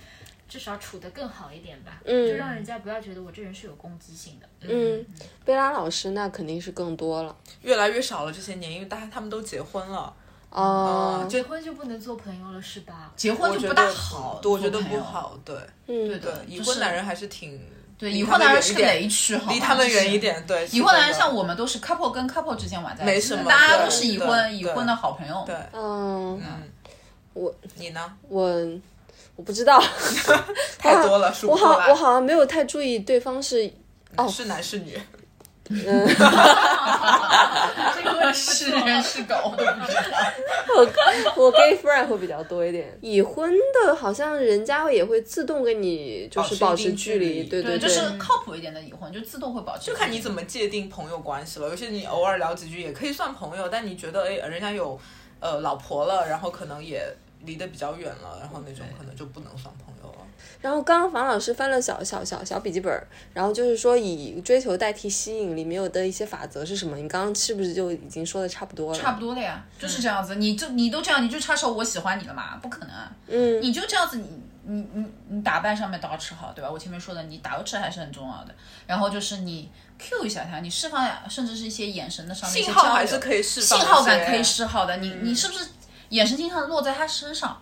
[SPEAKER 4] 至少处得更好一点吧。嗯就让人家不要觉得我这人是有攻击性的。
[SPEAKER 2] 嗯，贝拉老师那肯定是更多了。
[SPEAKER 3] 越来越少了这些年，因为大家他们都结婚了，
[SPEAKER 2] 哦
[SPEAKER 3] 嗯，
[SPEAKER 4] 结婚就不能做朋友了是 吧？
[SPEAKER 5] 结婚
[SPEAKER 3] 我
[SPEAKER 5] 就
[SPEAKER 3] 觉
[SPEAKER 5] 不啊
[SPEAKER 3] 得
[SPEAKER 5] 大好，
[SPEAKER 3] 对我觉得
[SPEAKER 5] 做朋
[SPEAKER 3] 不
[SPEAKER 5] 友。
[SPEAKER 3] 好，对
[SPEAKER 5] 对
[SPEAKER 3] 对
[SPEAKER 5] 的，，
[SPEAKER 3] 已
[SPEAKER 5] 就
[SPEAKER 3] 婚
[SPEAKER 5] 是
[SPEAKER 3] 男人还是挺
[SPEAKER 5] 对
[SPEAKER 3] 离
[SPEAKER 5] 已
[SPEAKER 3] 他
[SPEAKER 5] 婚
[SPEAKER 3] 们
[SPEAKER 5] 男人
[SPEAKER 3] 远一
[SPEAKER 5] 是个
[SPEAKER 3] 点
[SPEAKER 5] 雷区，好吗
[SPEAKER 3] 离他们
[SPEAKER 5] 就
[SPEAKER 3] 远
[SPEAKER 5] 是
[SPEAKER 3] 一点，对，
[SPEAKER 5] 已婚男人
[SPEAKER 3] 是
[SPEAKER 5] 像我们都是 couple 跟 couple 之间玩在一起，
[SPEAKER 3] 没什么
[SPEAKER 5] 大家
[SPEAKER 3] 对
[SPEAKER 5] 都是已
[SPEAKER 3] 对
[SPEAKER 5] 婚已
[SPEAKER 3] 对
[SPEAKER 5] 婚的好朋友。
[SPEAKER 3] 对，
[SPEAKER 2] 嗯，
[SPEAKER 3] 嗯，
[SPEAKER 2] 我
[SPEAKER 3] 你呢？
[SPEAKER 2] 我我不知道，
[SPEAKER 3] 太多了，数
[SPEAKER 2] 我
[SPEAKER 3] 不过
[SPEAKER 2] 好
[SPEAKER 3] 来
[SPEAKER 2] 我好像没有太注意对方是
[SPEAKER 3] 是男是女，
[SPEAKER 5] 是人是狗都不知道。
[SPEAKER 2] 我 gay friend 会比较多一点。已婚的，好像人家也会自动跟你就是保
[SPEAKER 3] 保持一
[SPEAKER 2] 持
[SPEAKER 3] 定
[SPEAKER 2] 距
[SPEAKER 3] 距
[SPEAKER 2] 离，
[SPEAKER 3] 离
[SPEAKER 2] 对对，
[SPEAKER 5] 对，就是靠谱一点的已婚，就自动会保持。
[SPEAKER 3] 就看你怎么界定朋友关系了。有些你偶尔聊几句也可以算朋友，但你觉得哎，人家有呃老婆了，然后可能也离得比较远了，然后那种可能就不能算朋友了。
[SPEAKER 2] 然后刚刚房老师翻了小小小小笔记本儿，然后就是说以追求代替吸引里面有的一些法则是什么？你刚刚是不是就已经说的差不多了？
[SPEAKER 5] 差不多了呀，就是这样子。你就你都这样，你就插手我喜欢你了嘛？不可能啊！
[SPEAKER 2] 嗯
[SPEAKER 5] 你就这样子，你你你你打扮上面捯饬好，对吧？我前面说的，你捯饬还是很重要的。然后就是你 Q 一下他，你释放呀，甚至是一些眼神的上面一些
[SPEAKER 3] 信号
[SPEAKER 5] 交流
[SPEAKER 3] 还是可以释放嗯的，
[SPEAKER 5] 信号感可以释放的。你你是不是眼神经常落在他身上？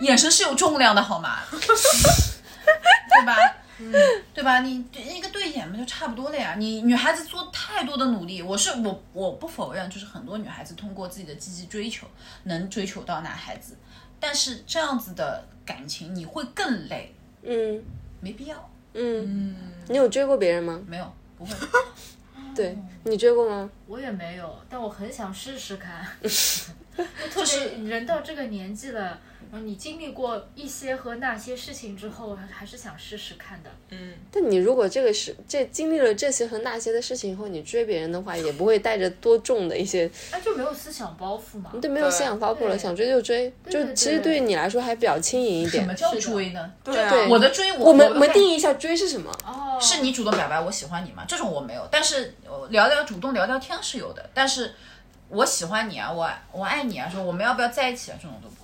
[SPEAKER 5] 眼神是有重量的好吗？ 对吧？嗯对吧？你对一个对眼嘛，就差不多了呀。你女孩子做太多的努力，我是我我不否认，就是很多女孩子通过自己的积极追求能追求到男孩子，但是这样子的感情你会更累，
[SPEAKER 2] 嗯
[SPEAKER 5] 没必要，
[SPEAKER 2] 嗯，你有追过别人吗？
[SPEAKER 5] 没有不会。
[SPEAKER 2] 对你追过吗？
[SPEAKER 4] 我也没有，但我很想试试 看。就是人到这个年纪了，然后你经历过一些和那些事情之后，还是想试试看的。
[SPEAKER 3] 嗯，
[SPEAKER 2] 但你如果这个是这经历了这些和那些的事情以后，你追别人的话，也不会带着多重的一些，
[SPEAKER 4] 哎，就没有思想包袱嘛。
[SPEAKER 2] 对，没有思想包袱了，
[SPEAKER 4] 对
[SPEAKER 2] 想追就追，就
[SPEAKER 4] 对
[SPEAKER 2] 其实
[SPEAKER 4] 对
[SPEAKER 2] 对于你来说还比较轻盈一
[SPEAKER 5] 什
[SPEAKER 2] 点
[SPEAKER 5] 么。叫追呢？
[SPEAKER 3] 对啊，
[SPEAKER 2] 对
[SPEAKER 5] 我的追我
[SPEAKER 2] 哎我们我
[SPEAKER 5] 我
[SPEAKER 2] 们定义一下追是什么？
[SPEAKER 4] 哦，
[SPEAKER 5] 是你主动表白我喜欢你吗？这种我没有，但是呃聊聊主动聊聊天是有的，但是我喜欢你啊，我我爱你啊，说我们要不要在一起啊，这种都不会。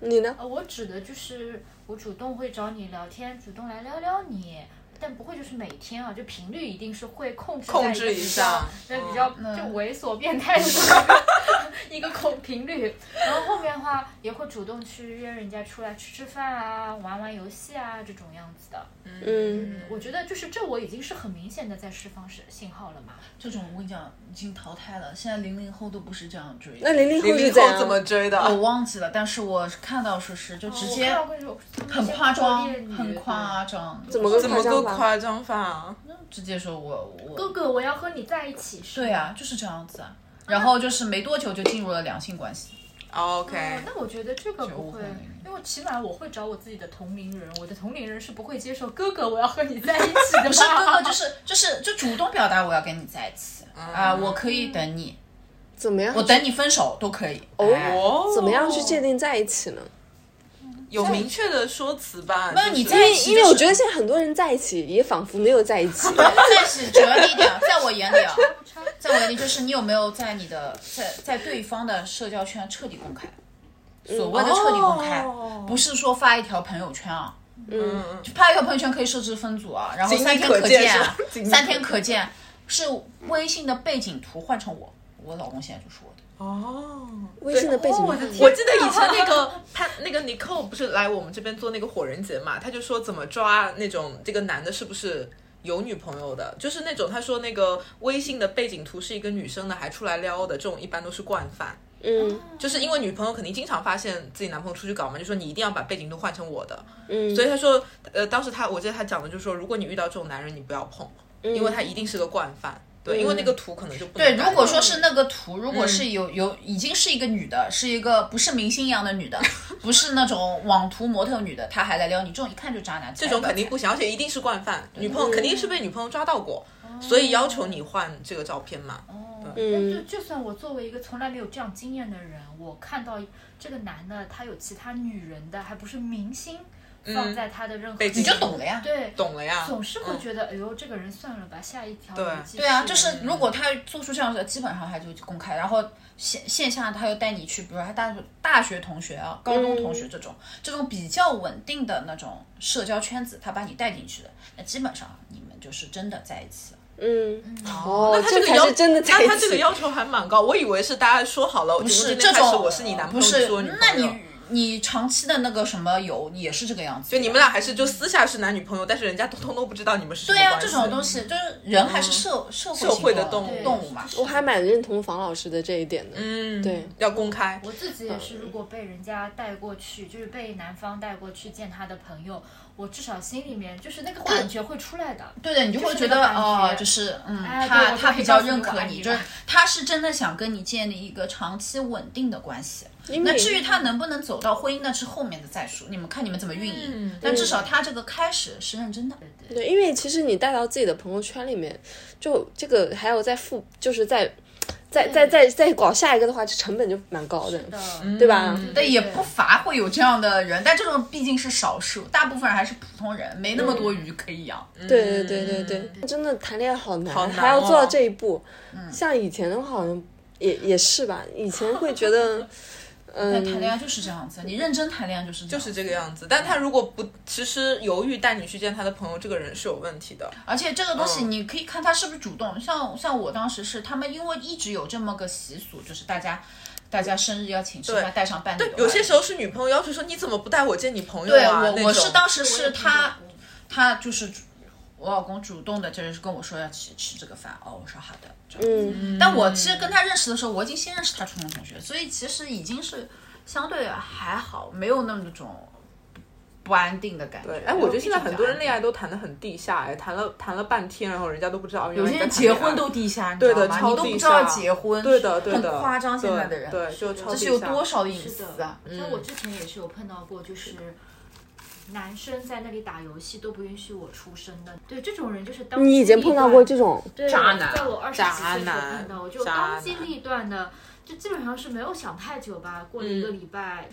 [SPEAKER 2] 你呢？
[SPEAKER 4] 呃，我指的就是我主动会找你聊天，主动来聊聊你，但不会就是每天啊，就频率一定是会控制
[SPEAKER 3] 控
[SPEAKER 4] 在
[SPEAKER 3] 制
[SPEAKER 4] 一
[SPEAKER 3] 一
[SPEAKER 4] 个
[SPEAKER 3] 下
[SPEAKER 4] 那比较
[SPEAKER 5] 嗯
[SPEAKER 4] 就猥琐变态的 一个一个控频率。然后后面的话也会主动去约人家出来吃吃饭啊，玩玩游戏啊这种样子的。
[SPEAKER 2] 嗯，
[SPEAKER 4] 我觉得就是这我已经是很明显的在释放是信号了嘛。
[SPEAKER 5] 这种我跟你讲已经淘汰了，现在零零后都不是这样追。
[SPEAKER 2] 那零零后
[SPEAKER 3] 零
[SPEAKER 2] 是
[SPEAKER 3] 零
[SPEAKER 2] 怎
[SPEAKER 3] 后怎么
[SPEAKER 2] 样？
[SPEAKER 3] 追的？
[SPEAKER 5] 我忘记了，但是我看到说是就直接
[SPEAKER 4] 哦我看到过这种
[SPEAKER 5] 很夸张，
[SPEAKER 4] 那
[SPEAKER 5] 很。
[SPEAKER 4] 些破裂女
[SPEAKER 5] 夸张，
[SPEAKER 2] 怎么个
[SPEAKER 3] 怎么个
[SPEAKER 2] 法？
[SPEAKER 3] 夸张法？啊
[SPEAKER 5] 直接说我
[SPEAKER 4] 对哥
[SPEAKER 5] 我
[SPEAKER 4] 哥，我要和你在一起。是
[SPEAKER 5] 对
[SPEAKER 4] 吗
[SPEAKER 5] 啊，就是这样子啊。然后就是没多久就进入了良性关系，
[SPEAKER 4] 哦
[SPEAKER 5] 哎
[SPEAKER 3] OK，，
[SPEAKER 4] 那我觉得这个
[SPEAKER 5] 觉
[SPEAKER 4] 不
[SPEAKER 5] 悟
[SPEAKER 4] 会
[SPEAKER 5] 很灵，
[SPEAKER 4] 因为起码我会找我自己的同龄人，我的同龄人是不会接受哥哥我要和你在一起的吧。
[SPEAKER 5] 不是哥 哥就是就是就主动表达我要跟你在一起啊、我可以等你，
[SPEAKER 2] 怎么样
[SPEAKER 5] 我？等你分手都可以。哎
[SPEAKER 2] 哦，怎么样去界定在一起呢？
[SPEAKER 3] 哦有明确的说辞吧？
[SPEAKER 5] 没有
[SPEAKER 3] 就是
[SPEAKER 5] 你在一起
[SPEAKER 2] 因为
[SPEAKER 5] 就
[SPEAKER 2] 我
[SPEAKER 5] 是
[SPEAKER 2] 觉得现在很多人在一起也仿佛没有在一起。
[SPEAKER 5] 但是哲理一点，哎在我眼里啊，在我眼里就是你有没有在你的在在对方的社交圈彻底公开。所谓的彻底公开，
[SPEAKER 3] 哦
[SPEAKER 5] 不是说发一条朋友圈啊，
[SPEAKER 2] 嗯，
[SPEAKER 5] 就发一条朋友圈可以设置分组啊，然后
[SPEAKER 3] 仅
[SPEAKER 5] 三
[SPEAKER 3] 你
[SPEAKER 5] 天
[SPEAKER 3] 可
[SPEAKER 5] 可
[SPEAKER 3] 见
[SPEAKER 5] 见啊
[SPEAKER 3] 是吧仅，你
[SPEAKER 5] 三
[SPEAKER 3] 可
[SPEAKER 5] 天可见是微信的背景图换成我，我老公现在就是我的。
[SPEAKER 3] 哦。
[SPEAKER 2] 微信的背景
[SPEAKER 3] 哦
[SPEAKER 2] 图
[SPEAKER 3] 我的天我记得以前那个潘那个尼寇不是来我们这边做那个火人节嘛，他就说怎么抓那种这个男的是不是有女朋友的，就是那种他说那个微信的背景图是一个女生的，还出来撩的，这种一般都是惯犯。
[SPEAKER 2] 嗯
[SPEAKER 3] 就是因为女朋友肯定经常发现自己男朋友出去搞嘛，就说你一定要把背景图换成我的。
[SPEAKER 2] 嗯，
[SPEAKER 3] 所以他说，呃，当时他我记得他讲的就是说，如果你遇到这种男人，你不要碰，因为他一定是个惯犯。
[SPEAKER 2] 嗯
[SPEAKER 3] 对，因为那个图可能就不
[SPEAKER 5] 对，
[SPEAKER 3] 能
[SPEAKER 5] 如
[SPEAKER 3] 改嗯
[SPEAKER 5] 果说是那个图，如果是有有已经是一个女的，是一个不是明星一样的女的，不是那种网图模特女的，她还来撩你，这种一看就渣男。
[SPEAKER 3] 这种肯定不行，而且一定是惯犯，女
[SPEAKER 5] 嗯
[SPEAKER 3] 朋友肯定是被女朋友抓到过，所以要求你换这个照片嘛。
[SPEAKER 4] 那
[SPEAKER 2] 嗯
[SPEAKER 4] 就就算我作为一个从来没有这样经验的人，我看到这个男的他有其他女人的，还不是明星放在他的任何
[SPEAKER 3] 背
[SPEAKER 5] 你
[SPEAKER 3] 景
[SPEAKER 5] 嗯就懂了呀。
[SPEAKER 4] 对，
[SPEAKER 3] 懂了呀，
[SPEAKER 4] 总是会
[SPEAKER 3] 嗯
[SPEAKER 4] 觉得、哎呦这个人算了吧，下一条
[SPEAKER 3] 对
[SPEAKER 4] 我继
[SPEAKER 5] 对啊，
[SPEAKER 4] 续
[SPEAKER 5] 就是如果他做出这样的，基本上他就公开，然后线线下他又带你去，比如他大学大学同学啊、高中同
[SPEAKER 3] 嗯
[SPEAKER 5] 学这种、这种比较稳定的那种社交圈子，他把你带进去的，那基本上你们就是真的在一起了。
[SPEAKER 2] 嗯，
[SPEAKER 3] 那
[SPEAKER 2] 哦，
[SPEAKER 3] 他
[SPEAKER 2] 这
[SPEAKER 3] 这个
[SPEAKER 2] 才
[SPEAKER 3] 要
[SPEAKER 2] 是真的在
[SPEAKER 3] 那
[SPEAKER 2] 一
[SPEAKER 3] 他这个
[SPEAKER 2] 起。
[SPEAKER 3] 要求还蛮高，我以为是大家说好了，
[SPEAKER 5] 不
[SPEAKER 3] 我
[SPEAKER 5] 是
[SPEAKER 3] 今
[SPEAKER 5] 这
[SPEAKER 3] 天开始
[SPEAKER 5] 种，
[SPEAKER 3] 我是你男
[SPEAKER 5] 不
[SPEAKER 3] 朋友，你
[SPEAKER 5] 是
[SPEAKER 3] 是我女
[SPEAKER 5] 那
[SPEAKER 3] 朋友
[SPEAKER 5] 你。你长期的那个什么友也是这个样子的，
[SPEAKER 3] 就你们俩还是就私下是男女朋友，但是人家通通都不知道你们是什么
[SPEAKER 5] 对啊，
[SPEAKER 3] 关
[SPEAKER 5] 这
[SPEAKER 3] 系嗯
[SPEAKER 5] 种东西就是人还是社社会
[SPEAKER 3] 社会
[SPEAKER 5] 性
[SPEAKER 3] 的
[SPEAKER 5] 动
[SPEAKER 3] 动
[SPEAKER 4] 物
[SPEAKER 5] 动物嘛，
[SPEAKER 2] 我还蛮认同房老师的这一点的。
[SPEAKER 3] 嗯，
[SPEAKER 2] 对，
[SPEAKER 3] 要公开。
[SPEAKER 4] 我自己也是，
[SPEAKER 5] 嗯
[SPEAKER 4] 如果被人家带过去，就是被男方带过去见他的朋友，我至少心里面就是那个感觉会出来的。
[SPEAKER 5] 对的，你就会
[SPEAKER 4] 就
[SPEAKER 5] 觉
[SPEAKER 4] 是那
[SPEAKER 5] 得
[SPEAKER 4] 个感觉
[SPEAKER 5] 哦，就是嗯，
[SPEAKER 4] 哎对
[SPEAKER 5] 他
[SPEAKER 4] 我
[SPEAKER 5] 他
[SPEAKER 4] 可以
[SPEAKER 5] 比
[SPEAKER 4] 告
[SPEAKER 5] 较
[SPEAKER 4] 诉
[SPEAKER 5] 认
[SPEAKER 4] 你我
[SPEAKER 5] 可
[SPEAKER 4] 爱
[SPEAKER 5] 你，
[SPEAKER 4] 你
[SPEAKER 5] 就是
[SPEAKER 4] 了
[SPEAKER 5] 他是真的想跟你建立一个长期稳定的关系。
[SPEAKER 2] 因为
[SPEAKER 5] 那至于他能不能走到婚姻，那是后面的再说，你们看你们怎么运营。
[SPEAKER 3] 嗯
[SPEAKER 5] 但至少他这个开始是认真的。
[SPEAKER 2] 对，因为其实你带到自己的朋友圈里面，就这个还有在复，就是在再再再再搞下一个的话，这成本就蛮高的，对吧？
[SPEAKER 3] 嗯
[SPEAKER 5] 但也不乏会有这样的人，但这种毕竟是少数，大部分人还是普通人，没那么
[SPEAKER 3] 嗯
[SPEAKER 5] 多鱼可以养。
[SPEAKER 2] 对对对对对，真的谈恋爱嗯好难，嗯
[SPEAKER 3] 好难
[SPEAKER 2] 还要
[SPEAKER 3] 哦
[SPEAKER 2] 做到这一步。像以前的话，好像也也是吧，以前会觉 得，
[SPEAKER 5] 但
[SPEAKER 2] 嗯，
[SPEAKER 5] 谈恋爱就是这样子，你认真谈恋爱就是就
[SPEAKER 3] 就是这个样子。但他如果不迟迟犹豫带你去见他的朋友，这个人是有问题的。
[SPEAKER 5] 而且这个东
[SPEAKER 3] 嗯
[SPEAKER 5] 西你可以看他是不是主动，像像我当时是他们因为一直有这么个习俗，就是大家大家生日要请吃
[SPEAKER 3] 对
[SPEAKER 5] 饭，带上伴侣的话。
[SPEAKER 3] 有些时候是女朋友要求说你怎么不带我见你朋友
[SPEAKER 5] 对
[SPEAKER 3] 啊？
[SPEAKER 5] 我
[SPEAKER 3] 那
[SPEAKER 5] 我
[SPEAKER 3] 种
[SPEAKER 5] 是当时是他他就是主我老公主动的，就是跟我说要去吃这个饭，哦，我说好的。这样
[SPEAKER 2] 嗯，
[SPEAKER 5] 但我其实跟他认识的时候，我已经先认识他初中同学，所以其实已经是相对还好，没有那么种不安定的感觉
[SPEAKER 3] 对，。哎，我觉得现在很多人恋爱
[SPEAKER 5] 都
[SPEAKER 3] 都谈的很地下，哎，谈了谈了半天，然后人家都不知道，
[SPEAKER 5] 有
[SPEAKER 3] 有
[SPEAKER 5] 些人结婚都地下，你知
[SPEAKER 3] 对
[SPEAKER 5] 道
[SPEAKER 3] 的，
[SPEAKER 5] 吗？
[SPEAKER 3] 超
[SPEAKER 5] 你都不
[SPEAKER 3] 地
[SPEAKER 5] 知道
[SPEAKER 3] 下
[SPEAKER 5] 结婚，
[SPEAKER 3] 对的，对的，
[SPEAKER 5] 很夸张。现在的
[SPEAKER 3] 对
[SPEAKER 5] 人，
[SPEAKER 3] 对，就超
[SPEAKER 5] 这是
[SPEAKER 3] 地
[SPEAKER 5] 有
[SPEAKER 3] 下
[SPEAKER 5] 多少隐
[SPEAKER 4] 是
[SPEAKER 5] 私
[SPEAKER 4] 的
[SPEAKER 5] 啊？，
[SPEAKER 4] 像我之前也是有碰到过，就是男生在那里打游戏都不允许我出声的。对，这种人就是当
[SPEAKER 2] 你以前
[SPEAKER 4] 机立
[SPEAKER 2] 碰到
[SPEAKER 4] 断
[SPEAKER 2] 过这种，
[SPEAKER 4] 对
[SPEAKER 7] 渣男
[SPEAKER 4] 在我二十几
[SPEAKER 3] 渣
[SPEAKER 4] 岁的时候
[SPEAKER 3] 男
[SPEAKER 4] 碰到，我就
[SPEAKER 3] 渣
[SPEAKER 4] 当机
[SPEAKER 3] 男
[SPEAKER 4] 立断的，就基本上是没有想太久吧，过了一个礼拜，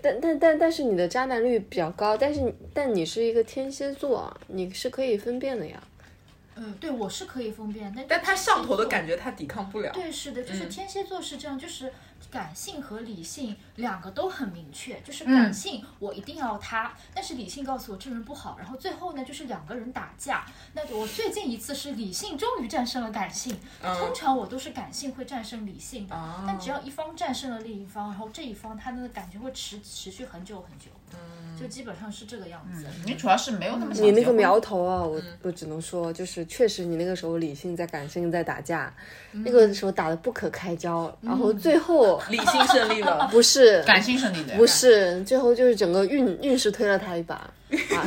[SPEAKER 2] 但但但但是你的渣男率比较高，但是你但你是一个天蝎座啊，你是可以分辨的呀。
[SPEAKER 4] 嗯，对我是可以分辨，但
[SPEAKER 3] 但他上头的感
[SPEAKER 4] 觉。
[SPEAKER 3] 觉他抵 抗不了。
[SPEAKER 4] 对，是的，就是天蝎座是这样，就是感性和理性两个都很明确，就是感性我一定要他，但是理性告诉我这人不好，然后最后呢就是两个人打架。那我最近一次是理性终于战胜了感性，通常我都是感性会战胜理性的，但只要一方战胜了另一方，然后这一方他那个感觉会持持续很久很久，就基本上是这个样子。
[SPEAKER 5] 你主要是没有那么想
[SPEAKER 2] 你那
[SPEAKER 5] 结
[SPEAKER 2] 个
[SPEAKER 5] 婚
[SPEAKER 2] 苗头啊，我我只能说，就是确实你那个时候理性在感性在打架，那个时候打得不可开交，然后最 后
[SPEAKER 3] 理性胜 利了，
[SPEAKER 2] 不是
[SPEAKER 5] 感性胜利的，
[SPEAKER 2] 不是，最后就是整个运运势推了他一把，啊，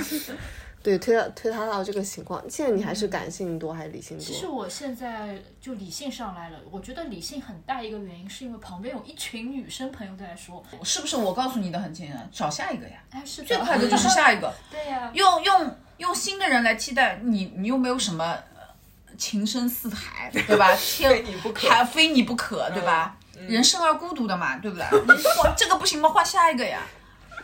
[SPEAKER 2] 对，推了推他到这个情况。现在你还是感性多还是理性
[SPEAKER 4] 其实
[SPEAKER 2] 多？
[SPEAKER 4] 我现在就理性上来了，我觉得理性很大一个原因是因为旁边有一群女生朋友都在说，
[SPEAKER 5] 是不是？我告诉你的很简单，找下一个呀，
[SPEAKER 4] 哎，是的
[SPEAKER 5] 最快的就是下一个。
[SPEAKER 4] 对呀、
[SPEAKER 5] 用用用新的人来替代你，你又没有什么呃情深似海，对 吧？天
[SPEAKER 3] 非你不可嗯
[SPEAKER 5] 还非你不可，对吧？人生而孤独的嘛， 对不对？你换这个不行吗？换下一个呀。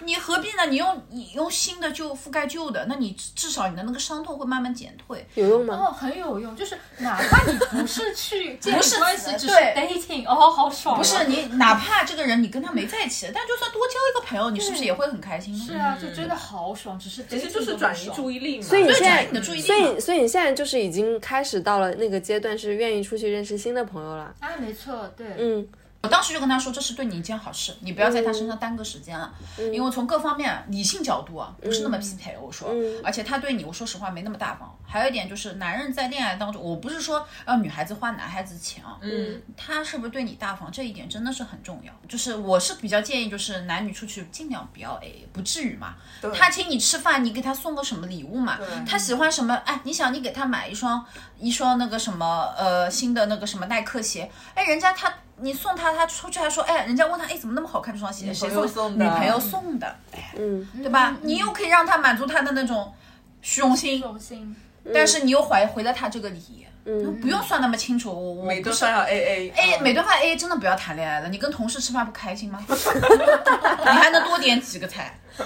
[SPEAKER 5] 你何必呢？你用你用新的就覆盖旧的，那你至至少你的那个伤痛会慢慢减退。
[SPEAKER 2] 有用吗？
[SPEAKER 4] 哦，很有用，就是哪怕你不是 去建立
[SPEAKER 5] 不是
[SPEAKER 4] 关系，只是
[SPEAKER 5] 对
[SPEAKER 4] dating，哦，好爽啊、
[SPEAKER 5] 不是你，哪怕这个人你跟他没在一起，但就算多交一个朋友，你是不是也会很开心呢？
[SPEAKER 4] 是啊，就真的好爽，只是
[SPEAKER 3] 其
[SPEAKER 4] 其
[SPEAKER 3] 实就是转移注
[SPEAKER 4] 意。
[SPEAKER 3] 意力嘛。
[SPEAKER 2] 所以你现
[SPEAKER 5] 转
[SPEAKER 2] 在
[SPEAKER 5] 移你的注意
[SPEAKER 2] 所
[SPEAKER 5] 力嘛
[SPEAKER 2] 以，所以你现在就是已经开始到了那个阶段，是愿意出去认识新的朋友了。
[SPEAKER 4] 啊，没错，对，
[SPEAKER 2] 嗯，
[SPEAKER 5] 我当时就跟他说，这是对你一件好事，你不要在他身上耽搁时间了，因为从各方面理性角度啊，不是那么匹配。我说，而且他对你，我说实话没那么大方。还有一点就是，男人在恋爱当中，我不是说让女孩子花男孩子钱啊，嗯，他是不是对你大方，这一点真的是很重要。就是我是比较建议，就是男女出去尽量不要 A，不至于嘛。他请你吃饭，你给他送个什么礼物嘛？他喜欢什么？哎，你想你给他买一双一双那个什么呃新的那个什么耐克鞋，哎，人家他你送他，他出去还说，哎，人家问他，哎，怎么那么好看这双鞋？谁
[SPEAKER 3] 朋友送的嗯
[SPEAKER 5] 女朋友送的，哎，对吧？你又可以让他满足他的那种虚荣心，
[SPEAKER 3] 嗯
[SPEAKER 4] 用心。
[SPEAKER 5] 但是你又还回了他这个礼仪，不用算那么清楚。我我
[SPEAKER 3] 嗯每
[SPEAKER 5] 不
[SPEAKER 3] 顿
[SPEAKER 5] 是
[SPEAKER 3] 饭要 A 嗯 A
[SPEAKER 5] A 哎每顿饭 A 真的不要谈恋爱了，你跟同事吃饭不开 心吗？你还能多点几个菜？
[SPEAKER 4] 啊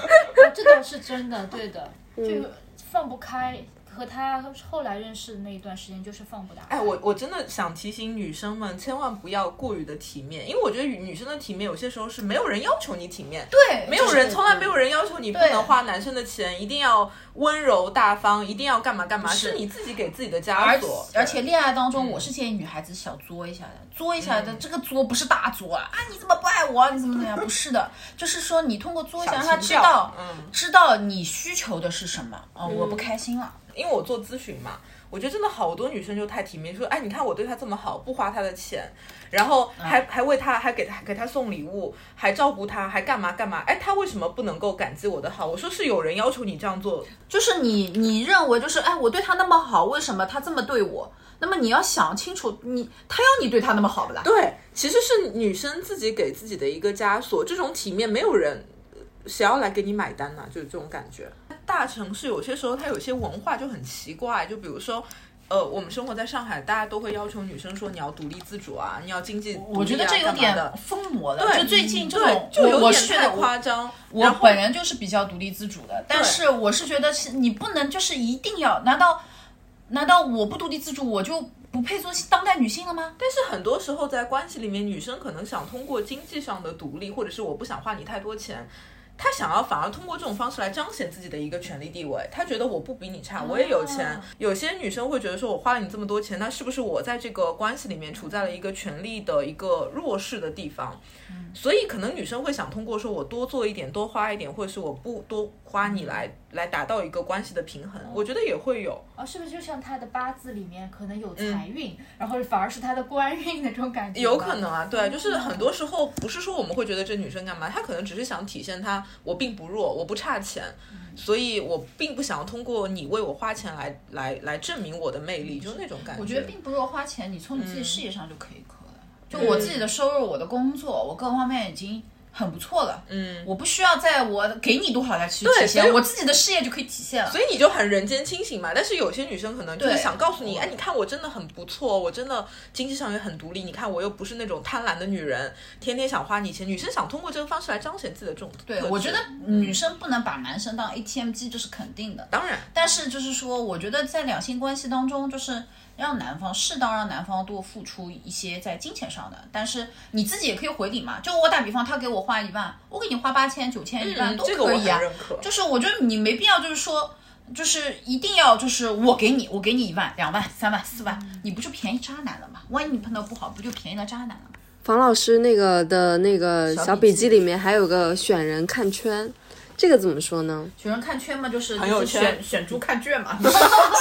[SPEAKER 4] 这倒是真的，对的，
[SPEAKER 3] 嗯
[SPEAKER 4] 就放不开。和他后来认识的那一段时间，就是放不大。
[SPEAKER 3] 哎，我我真的想提醒女生们，千万不要过于的体面，因为我觉得女生的体面有些时候是没有人要求你体面，
[SPEAKER 5] 对，
[SPEAKER 3] 没有
[SPEAKER 5] 就是嗯
[SPEAKER 3] 人从来没有人要求你不能花男生的钱，一定要温柔大方，一定要干嘛干嘛，
[SPEAKER 5] 是
[SPEAKER 3] 是你自己给自己的
[SPEAKER 5] 而
[SPEAKER 3] 枷锁。
[SPEAKER 5] 而且恋爱当中，我是建议女孩子小作一下的，作一下的。这个作不是大作啊，啊你怎么不爱我啊？你怎么怎么样？不是的，就是说你通过作一下，
[SPEAKER 3] 小
[SPEAKER 5] 让她
[SPEAKER 3] 情
[SPEAKER 5] 知
[SPEAKER 3] 调
[SPEAKER 5] 道
[SPEAKER 3] 嗯，
[SPEAKER 5] 知道你需求的是什么啊，我不开心了。
[SPEAKER 3] 因为我做咨询嘛，我觉得真的好多女生就太体面，说哎，你看我对他这么好，不花他的钱，然后
[SPEAKER 5] 嗯
[SPEAKER 3] 还、还为他，还给他给他送礼物，还照顾他，还干嘛干嘛，哎，他为什么不能够感激我的好？我说是有人要求你这样做，
[SPEAKER 5] 就是你你认为就是哎，我对他那么好，为什么他这么对我？那么你要想清楚，你他要你对他那么好不啦？
[SPEAKER 3] 对，其实是女生自己给自己的一个枷锁，这种体面没有人，呃谁要来给你买单呢、就是这种感觉。大城市有些时候它有些文化就很奇怪，就比如说。呃，我们生活在上海，大家都会要求女生说你要独立自主啊，你要经济独立啊、
[SPEAKER 5] 我觉得这有
[SPEAKER 3] 干嘛
[SPEAKER 5] 点
[SPEAKER 3] 的
[SPEAKER 5] 疯魔的，
[SPEAKER 3] 对
[SPEAKER 5] 就最近这
[SPEAKER 3] 对
[SPEAKER 5] 种，
[SPEAKER 3] 就
[SPEAKER 5] 我
[SPEAKER 3] 有
[SPEAKER 5] 我
[SPEAKER 3] 点
[SPEAKER 5] 是觉得
[SPEAKER 3] 太
[SPEAKER 5] 我
[SPEAKER 3] 夸张。
[SPEAKER 5] 我
[SPEAKER 3] 然后
[SPEAKER 5] 本人就是比较独立自主的，但是我是觉得是你不能就是一定要，难道难道我不独立自主我就不配做当代女性了吗？
[SPEAKER 3] 但是很多时候在关系里面，女生可能想通过经济上的独立，或者是我不想花你太多钱，她想要反而通过这种方式来彰显自己的一个权利地位。她觉得我不比你差，我也有钱。有些女生会觉得说，我花了你这么多钱，那是不是我在这个关系里面处在了一个权力的一个弱势的地方？所以可能女生会想通过说我多做一点、多花一点，或者是我不多花你来来达到一个关系的平衡。我觉得也会有。
[SPEAKER 4] 哦，是不是就像他的八字里面可能有财运，然后反而是他的官运那种感觉？
[SPEAKER 3] 嗯有可能。啊，
[SPEAKER 5] 嗯
[SPEAKER 3] 对，就是很多时候不是说我们会觉得这女生干嘛，她可能只是想体现她我并不弱，我不差钱，
[SPEAKER 5] 嗯
[SPEAKER 3] 所以我并不想通过你为我花钱来来来证明我的魅力，就那种感
[SPEAKER 5] 我觉得并不是花钱，你从你自己事业上就可以可了。就
[SPEAKER 3] 嗯
[SPEAKER 5] 我自己的收入，我的工作，我各方面已经很不错了。
[SPEAKER 3] 嗯，
[SPEAKER 5] 我不需要在我给你多少来去体
[SPEAKER 3] 所以
[SPEAKER 5] 现，我自己的事业就可以体现了。
[SPEAKER 3] 所以你就很人间清醒嘛。但是有些女生可能就是
[SPEAKER 5] 对
[SPEAKER 3] 想告诉你，哎，你看我真的很不错，我真的经济上也很独立，你看我又不是那种贪婪的女人，天天想花你钱。女生想通过这个方式来彰显自己的这种
[SPEAKER 5] 对，
[SPEAKER 3] 特
[SPEAKER 5] 我
[SPEAKER 3] 质
[SPEAKER 5] 觉得女生不能把男生当 ATM 机，这是肯定的。
[SPEAKER 3] 当然。
[SPEAKER 5] 但是就是说，我觉得在两性关系当中，就是让男方适当让男方多付出一些在金钱上的，但是你自己也可以回礼嘛。就我打比方，他给我花一万，我给你花八千、九千、一万
[SPEAKER 3] 嗯，
[SPEAKER 5] 都
[SPEAKER 3] 这个我
[SPEAKER 5] 可
[SPEAKER 3] 很
[SPEAKER 5] 以啊。
[SPEAKER 3] 认可。
[SPEAKER 5] 就是我觉得你没必要，就是说，就是一定要就是我给你，我给你一万、两万、三万、四万，你不就便宜渣男了吗？万一你碰到不好，不就便宜了渣男了吗？
[SPEAKER 2] 房老师那个的那个小笔记里面还有个选人看圈，这个怎么说呢？
[SPEAKER 5] 选人看圈嘛，就是
[SPEAKER 3] 朋友
[SPEAKER 5] 就是
[SPEAKER 3] 圈
[SPEAKER 5] 选选猪看圈嘛，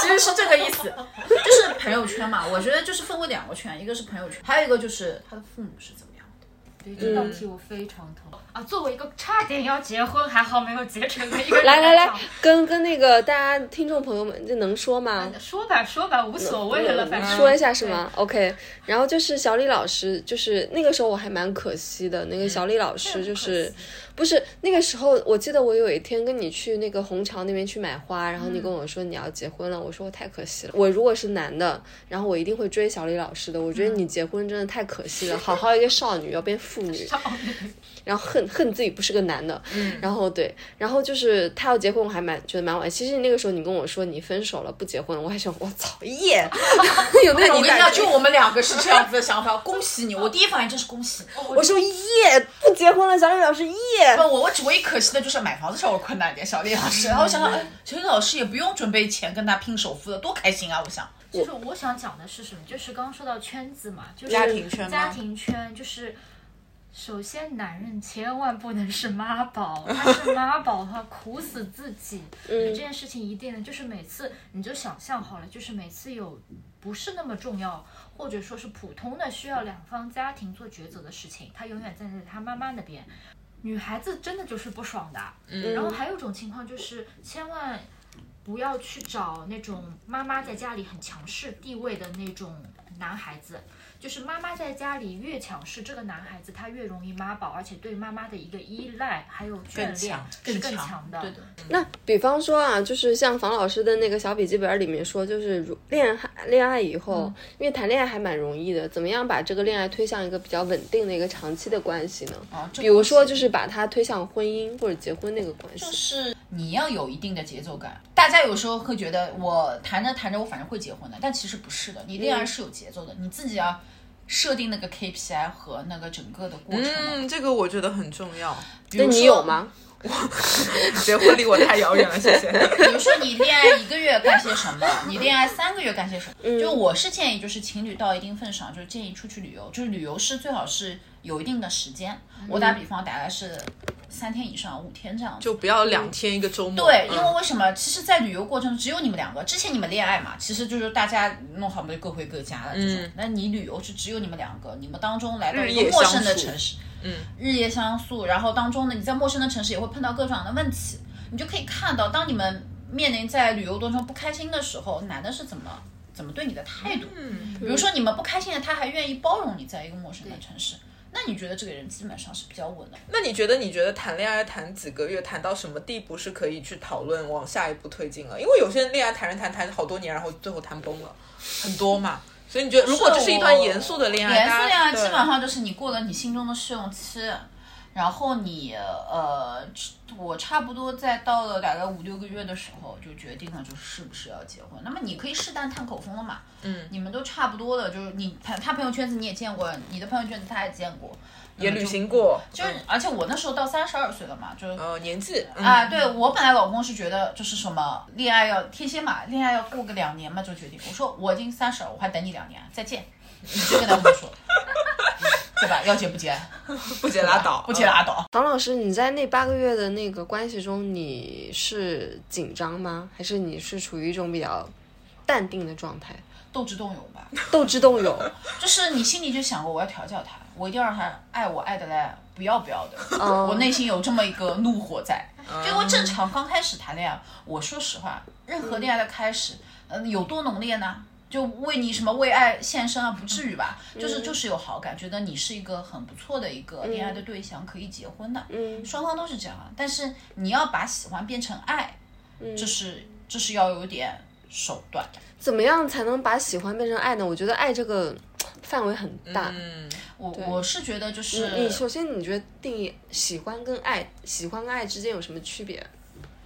[SPEAKER 5] 其实是这个意思，就是朋友圈嘛。我觉得就是分为两个圈，一个是朋友圈，还有一个就是他的父母是怎么样的。
[SPEAKER 4] 对，这道题我非常头疼啊！作为一个差点要结婚，还好没有结成的一个人
[SPEAKER 2] 来来
[SPEAKER 4] 讲
[SPEAKER 2] 来，跟跟那个大家听众朋友们，这能说吗？
[SPEAKER 4] 说吧说吧，无所谓了，反正
[SPEAKER 2] 嗯说一下是吗？OK，然后就是小李老师，就是那个时候我还蛮可惜的，那个小李老师就是、不是那个时候，我记得我有一天跟你去那个虹桥那边去买花，然后你跟我说你要结婚了，我说我太可惜了，我如果是男的，然后我一定会追小李老师的，我觉得你结婚真的太可惜了，好好一个少女要变妇女，嗯然后恨恨自己不是个男的，然后对，然后就是他要结婚，我还蛮觉得蛮惋惜。其实那个时候你跟我说你分手了不结婚了，我还想我操耶， 有那种
[SPEAKER 5] 我跟你
[SPEAKER 2] 感
[SPEAKER 5] 讲，
[SPEAKER 2] 觉
[SPEAKER 5] 就。我们两个是这样子的想法。恭喜你，我第一反应就是恭喜你。
[SPEAKER 2] 我说耶，不结婚了，小李老师耶。
[SPEAKER 5] 不，我我只唯一可惜的就是买房子稍微困难一点，小李老师。然后我想想，哎，小李老师也不用准备钱跟他拼首付了，多开心啊！我想，
[SPEAKER 4] 就是我想讲的是什么？就是刚刚说到圈子嘛，就是
[SPEAKER 3] 家庭圈吗
[SPEAKER 4] 家庭圈就是。首先，男人千万不能是妈宝，他是妈宝的话，苦死自己。
[SPEAKER 5] 嗯
[SPEAKER 4] 这件事情一定的，就是每次你就想象好了，就是每次有不是那么重要，或者说是普通的需要两方家庭做抉择的事情，他永远站在他妈妈那边。女孩子真的就是不爽的。
[SPEAKER 5] 嗯
[SPEAKER 4] 然后还有一种情况就是，千万不要去找那种妈妈在家里很强势地位的那种男孩子。就是妈妈在家里越强势，这个男孩子他越容易妈宝，而且对妈妈的一个依赖还有眷恋是
[SPEAKER 5] 更
[SPEAKER 4] 更
[SPEAKER 5] 强
[SPEAKER 4] 强的。
[SPEAKER 5] 对的，
[SPEAKER 2] 那比方说啊，就是像房老师的那个小笔记本里面说，就是如恋爱恋爱以后，
[SPEAKER 5] 嗯
[SPEAKER 2] 因为谈恋爱还蛮容易的，怎么样把这个恋爱推向一个比较稳定的一个长期的关系呢？
[SPEAKER 5] 啊，这
[SPEAKER 2] 比如说，
[SPEAKER 5] 恭喜
[SPEAKER 2] 就
[SPEAKER 5] 你
[SPEAKER 2] 是把它推向婚姻或者结婚那个关系。
[SPEAKER 5] 就是你要有一定的节奏感。大家有时候会觉得我谈着谈着我反正会结婚的，但其实不是的，你恋爱是有节奏的，你自己要设定那个 KPI 和那个整个的过程的。
[SPEAKER 3] 嗯，这个我觉得很重要。
[SPEAKER 5] 比
[SPEAKER 2] 那
[SPEAKER 5] 如说
[SPEAKER 2] 你有？吗？
[SPEAKER 3] 结婚离我太遥远了，谢谢。
[SPEAKER 5] 比如说你恋爱一个月干些 什么，你恋爱三个月干些什么？
[SPEAKER 2] 嗯
[SPEAKER 5] 就我是建议，就是情侣到一定份上，就是建议出去旅游，就是旅游是最好是有一定的时间。我打比方，大概是三天以上，五天这样子。
[SPEAKER 3] 就不要两天一个周末。
[SPEAKER 5] 对，
[SPEAKER 3] 嗯
[SPEAKER 5] 因为为什么？其实，在旅游过程中，只有你们两个。之前你们恋爱嘛，其实就是大家弄好不就各回各家了。这种
[SPEAKER 3] 嗯。
[SPEAKER 5] 那你旅游是只有你们两个，你们当中来到
[SPEAKER 3] 日
[SPEAKER 5] 一
[SPEAKER 3] 夜
[SPEAKER 5] 个陌
[SPEAKER 3] 相
[SPEAKER 5] 生的
[SPEAKER 3] 处
[SPEAKER 5] 城市，嗯，日夜相宿，然后当中呢，你在陌生的城市也会碰到各种各样的问题，你就可以看到，当你们面临在旅游当中不开心的时候，男的是怎么怎么对你的态度。嗯，比如说你们不开心了，他还愿意包容你在一个陌生的城市。那你觉得这个人基本上是比较稳的？
[SPEAKER 3] 那你觉得你觉得谈恋爱谈几个月，谈到什么地步是可以去讨论往下一步推进了？因为有些人恋爱谈着谈谈好多年，然后最后谈崩了，很多嘛。所以你觉得如果这是一段严肃的恋爱，
[SPEAKER 5] 严肃
[SPEAKER 3] 大家
[SPEAKER 5] 恋爱
[SPEAKER 3] 对
[SPEAKER 5] 基本上就是你过了你心中的试用期，然后你呃，我差不多在到了大概五六个月的时候就决定了，就是是不是要结婚。那么你可以试探探口风了嘛，嗯，你们都差不多了，就是你他他朋友圈子你也见过，你的朋友圈子他也见过，
[SPEAKER 3] 也旅行过，就
[SPEAKER 5] 就是而且我那时候到三十二岁了嘛，就是
[SPEAKER 3] 呃年纪
[SPEAKER 5] 啊，，对我本来老公是觉得就是什么恋爱要天蝎嘛，恋爱要过个两年嘛就决定。我说我已经三十了，我还等你两年，再见，就跟他这么说，对吧？要结不结，
[SPEAKER 3] 嗯不结拉倒，
[SPEAKER 5] 不结拉倒。
[SPEAKER 2] 唐老师，你在那八个月的那个关系中，你是紧张吗？还是你是处于一种比较淡定的 状态，
[SPEAKER 5] 斗智斗勇吧，
[SPEAKER 2] 斗智斗勇？
[SPEAKER 5] 就是你心里就想过我要调教他，我一定要让他爱我爱的来不要不要的。
[SPEAKER 2] 哦
[SPEAKER 5] 我内心有这么一个怒火在，
[SPEAKER 2] 嗯
[SPEAKER 5] 因为正常刚开始谈恋爱，我说实话，任何恋爱的开始，嗯、有多浓烈呢？就为你什么为爱献身啊？不至于吧？
[SPEAKER 2] 嗯
[SPEAKER 5] 就是就是有好感，觉得你是一个很不错的一个恋爱的对象，可以结婚的。
[SPEAKER 2] 嗯
[SPEAKER 5] 双方都是这样啊，但是你要把喜欢变成爱，
[SPEAKER 2] 嗯
[SPEAKER 5] 这是这是要有点手段的。
[SPEAKER 2] 怎么样才能把喜欢变成爱呢？我觉得爱这个范围很大。
[SPEAKER 3] 嗯，
[SPEAKER 5] 我我是觉得就是
[SPEAKER 2] 你首先你觉得定义喜欢跟爱，喜欢跟爱之间有什么区别？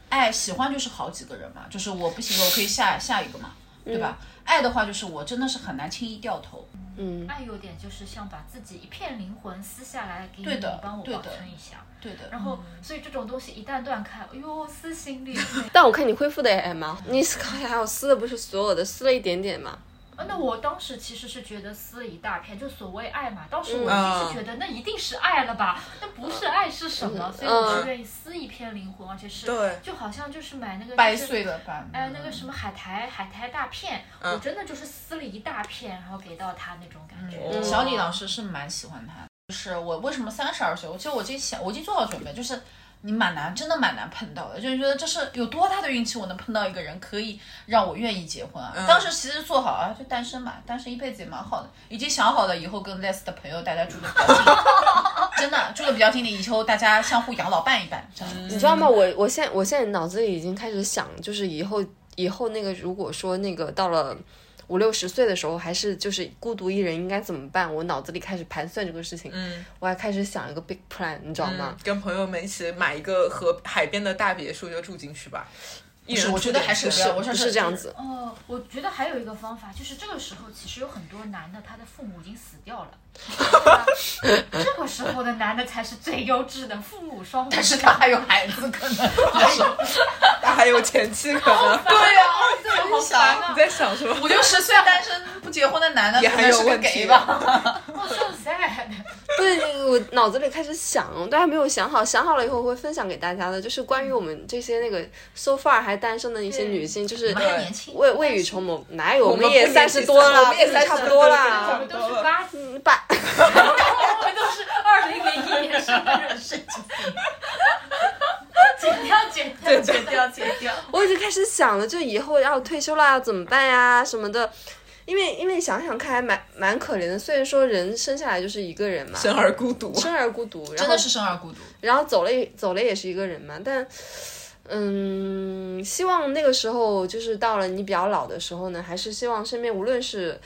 [SPEAKER 5] 爱喜欢就是好几个人嘛，就是我不行了，我可以下下一个嘛，对吧？
[SPEAKER 4] 嗯
[SPEAKER 5] 爱的话就是我真的是很难轻易掉头，
[SPEAKER 2] 嗯，
[SPEAKER 4] 爱有点就是像把自己一片灵魂撕下来给你，
[SPEAKER 5] 对的
[SPEAKER 4] 你帮我
[SPEAKER 5] 对
[SPEAKER 4] 保
[SPEAKER 5] 的
[SPEAKER 4] 存一下。
[SPEAKER 5] 对的。
[SPEAKER 4] 然后，所以这种东西一旦断开，哎呦，撕心裂肺。
[SPEAKER 2] 但我看你恢复的也还蛮好，你撕还有撕的不是所有的，撕了一点点嘛。
[SPEAKER 4] 啊那我当时其实是觉得撕了一大片，就所谓爱嘛。当时我
[SPEAKER 2] 嗯
[SPEAKER 4] 一定是觉得那一定是爱了吧，
[SPEAKER 5] 嗯
[SPEAKER 4] 那不是爱是什么？所以我
[SPEAKER 2] 嗯
[SPEAKER 4] 是愿意撕一片灵魂，而且是
[SPEAKER 3] 对
[SPEAKER 4] 就好像就是买那个
[SPEAKER 5] 掰
[SPEAKER 4] 就是
[SPEAKER 5] 碎了嗯吧？
[SPEAKER 4] 哎，那个什么海苔海苔大片，我真的就是撕了一大片，然后给到他那种感觉。
[SPEAKER 3] 嗯
[SPEAKER 5] 小李老师是蛮喜欢他的，就是我为什么三十二岁？我其实我已经想，我已经做好准备，就是你蛮难，真的蛮难碰到的，就是觉得这是有多大的运气，我能碰到一个人可以让我愿意结婚啊！当时其实做好啊，就单身嘛，单身一辈子也蛮好的，已经想好了以后跟 Les 的朋友大家住的比较近， 真的住的比较近的，以后大家相互养老办一办，真的。
[SPEAKER 2] 你知道吗？我我现在我现在脑子里已经开始想，就是以后以后那个如果说那个到了五六十岁的时候，还是就是孤独一人应该怎么办？我脑子里开始盘算这个事情，
[SPEAKER 3] 嗯，
[SPEAKER 2] 我还开始想一个 big plan，你知道吗？
[SPEAKER 3] 跟朋友们一起买一个河海边的大别墅就住进去吧。一人
[SPEAKER 5] 我
[SPEAKER 3] 住
[SPEAKER 5] 觉得
[SPEAKER 3] 点
[SPEAKER 5] 还是
[SPEAKER 3] 钱
[SPEAKER 5] 不要我
[SPEAKER 2] 不
[SPEAKER 5] 说
[SPEAKER 2] 是这样子，
[SPEAKER 4] 哦，我觉得还有一个方法，就是这个时候其实有很多男的，他的父母已经死 掉了，这个时候的男的才是最优质的，父母双亡。
[SPEAKER 5] 但是他还有孩子，可能
[SPEAKER 3] 他 还有前妻可能。
[SPEAKER 5] 对呀、
[SPEAKER 4] 这个好烦
[SPEAKER 3] 你
[SPEAKER 4] 啊！
[SPEAKER 3] 在想什么？
[SPEAKER 5] 五六十岁单身不结婚的男的，
[SPEAKER 3] 也
[SPEAKER 5] 可
[SPEAKER 3] 很
[SPEAKER 5] 能
[SPEAKER 3] 有
[SPEAKER 5] 是个
[SPEAKER 3] 问题
[SPEAKER 5] gay 吧？
[SPEAKER 4] 我 so 哦 sad。
[SPEAKER 2] 不是我脑子里开始想，我都还没有想好，想好了以后我会分享给大家的，就是关于我们这些那个 so far 还单身的一些
[SPEAKER 4] 对
[SPEAKER 2] 女性，就是
[SPEAKER 5] 我们还年轻
[SPEAKER 2] 未未雨绸缪，哪有？
[SPEAKER 3] 我
[SPEAKER 2] 我
[SPEAKER 3] 们
[SPEAKER 2] 们
[SPEAKER 3] 不
[SPEAKER 2] 也
[SPEAKER 3] 年
[SPEAKER 2] 三十
[SPEAKER 3] 轻
[SPEAKER 2] 多了，
[SPEAKER 3] 我们也
[SPEAKER 2] 差
[SPEAKER 3] 30
[SPEAKER 2] 不多
[SPEAKER 4] 我
[SPEAKER 2] 啦
[SPEAKER 4] 们，都是八几，
[SPEAKER 2] 嗯爸。
[SPEAKER 4] 我们都是二零零一年生的人，神经病。剪掉，剪掉，剪掉，剪掉。
[SPEAKER 2] 我已经开始想了，就以后要退休了要怎么办呀什么的，因为因为想想看还蛮蛮可怜的。虽然说人生下来就是一个人嘛，
[SPEAKER 3] 生而孤独，
[SPEAKER 2] 生而孤独，然
[SPEAKER 5] 真
[SPEAKER 2] 后
[SPEAKER 5] 的是生而孤独。
[SPEAKER 2] 然后走了也走了也是一个人嘛，但。嗯，希望那个时候就是到了你比较老的时候呢，还是希望身边无论是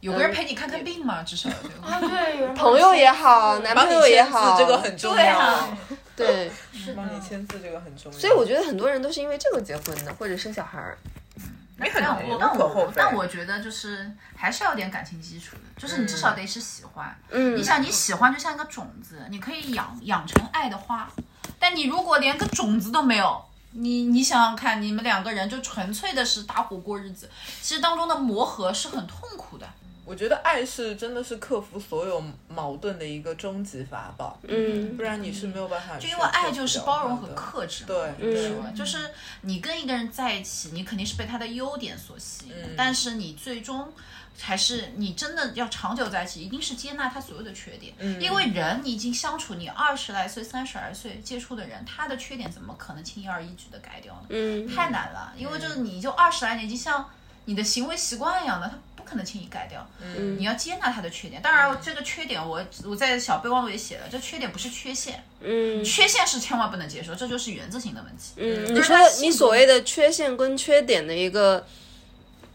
[SPEAKER 5] 有
[SPEAKER 2] 呃
[SPEAKER 5] 个人陪你看看病嘛，至少对吧
[SPEAKER 4] 啊，对，有人
[SPEAKER 2] 朋友也好，男
[SPEAKER 3] 嗯帮
[SPEAKER 2] 朋
[SPEAKER 3] 你
[SPEAKER 2] 友也
[SPEAKER 3] 签字
[SPEAKER 2] 好，
[SPEAKER 3] 这个很重
[SPEAKER 5] 对
[SPEAKER 3] 要嗯
[SPEAKER 5] 啊。
[SPEAKER 2] 对。
[SPEAKER 4] 嗯是的
[SPEAKER 3] 帮你签字这个很重要。
[SPEAKER 2] 所以我觉得很多人都是因为这个结婚的，或者生小孩儿。
[SPEAKER 3] 没很
[SPEAKER 5] 但我
[SPEAKER 3] 无
[SPEAKER 5] 但
[SPEAKER 3] 可厚
[SPEAKER 5] 我
[SPEAKER 3] 非。
[SPEAKER 5] 但我觉得就是还是要有点感情基础的，就是你至少得是喜欢。
[SPEAKER 2] 嗯
[SPEAKER 5] 你想你喜欢就像一个种子，你可以养养成爱的花，但你如果连个种子都没有。你你想想看，你们两个人就纯粹的是搭伙过日子，其实当中的磨合是很痛苦的。
[SPEAKER 3] 我觉得爱是真的是克服所有矛盾的一个终极法宝，
[SPEAKER 2] 嗯，
[SPEAKER 3] 不然你是没有办法
[SPEAKER 5] 就
[SPEAKER 3] 去克
[SPEAKER 5] 因
[SPEAKER 3] 服
[SPEAKER 5] 为
[SPEAKER 3] 掉它的。
[SPEAKER 5] 爱就是包容和克制嘛，
[SPEAKER 3] 对
[SPEAKER 5] 就是说就是你跟一个人在一起，你肯定是被他的优点所吸引，
[SPEAKER 2] 嗯
[SPEAKER 5] 但是你最终还是你真的要长久在一起，一定是接纳他所有的缺点，
[SPEAKER 2] 嗯
[SPEAKER 5] 因为人你已经相处，你二十来岁、三十来岁接触的人，他的缺点怎么可能轻而易举的改掉呢？
[SPEAKER 2] 嗯
[SPEAKER 5] 太难了，因为就是你就二十来年，已经像你的行为习惯一样的，他不可能轻易改掉。嗯，你要接纳他的缺点。当然，这个缺点我我在小备忘录也写了，这缺点不是缺陷，
[SPEAKER 2] 嗯
[SPEAKER 5] 缺陷是千万不能接受，这就是原则性的问题。
[SPEAKER 2] 嗯，你
[SPEAKER 5] 就
[SPEAKER 2] 说
[SPEAKER 5] 是他
[SPEAKER 2] 的
[SPEAKER 5] 性
[SPEAKER 2] 你
[SPEAKER 5] 格
[SPEAKER 2] 所谓的缺陷跟缺点的一个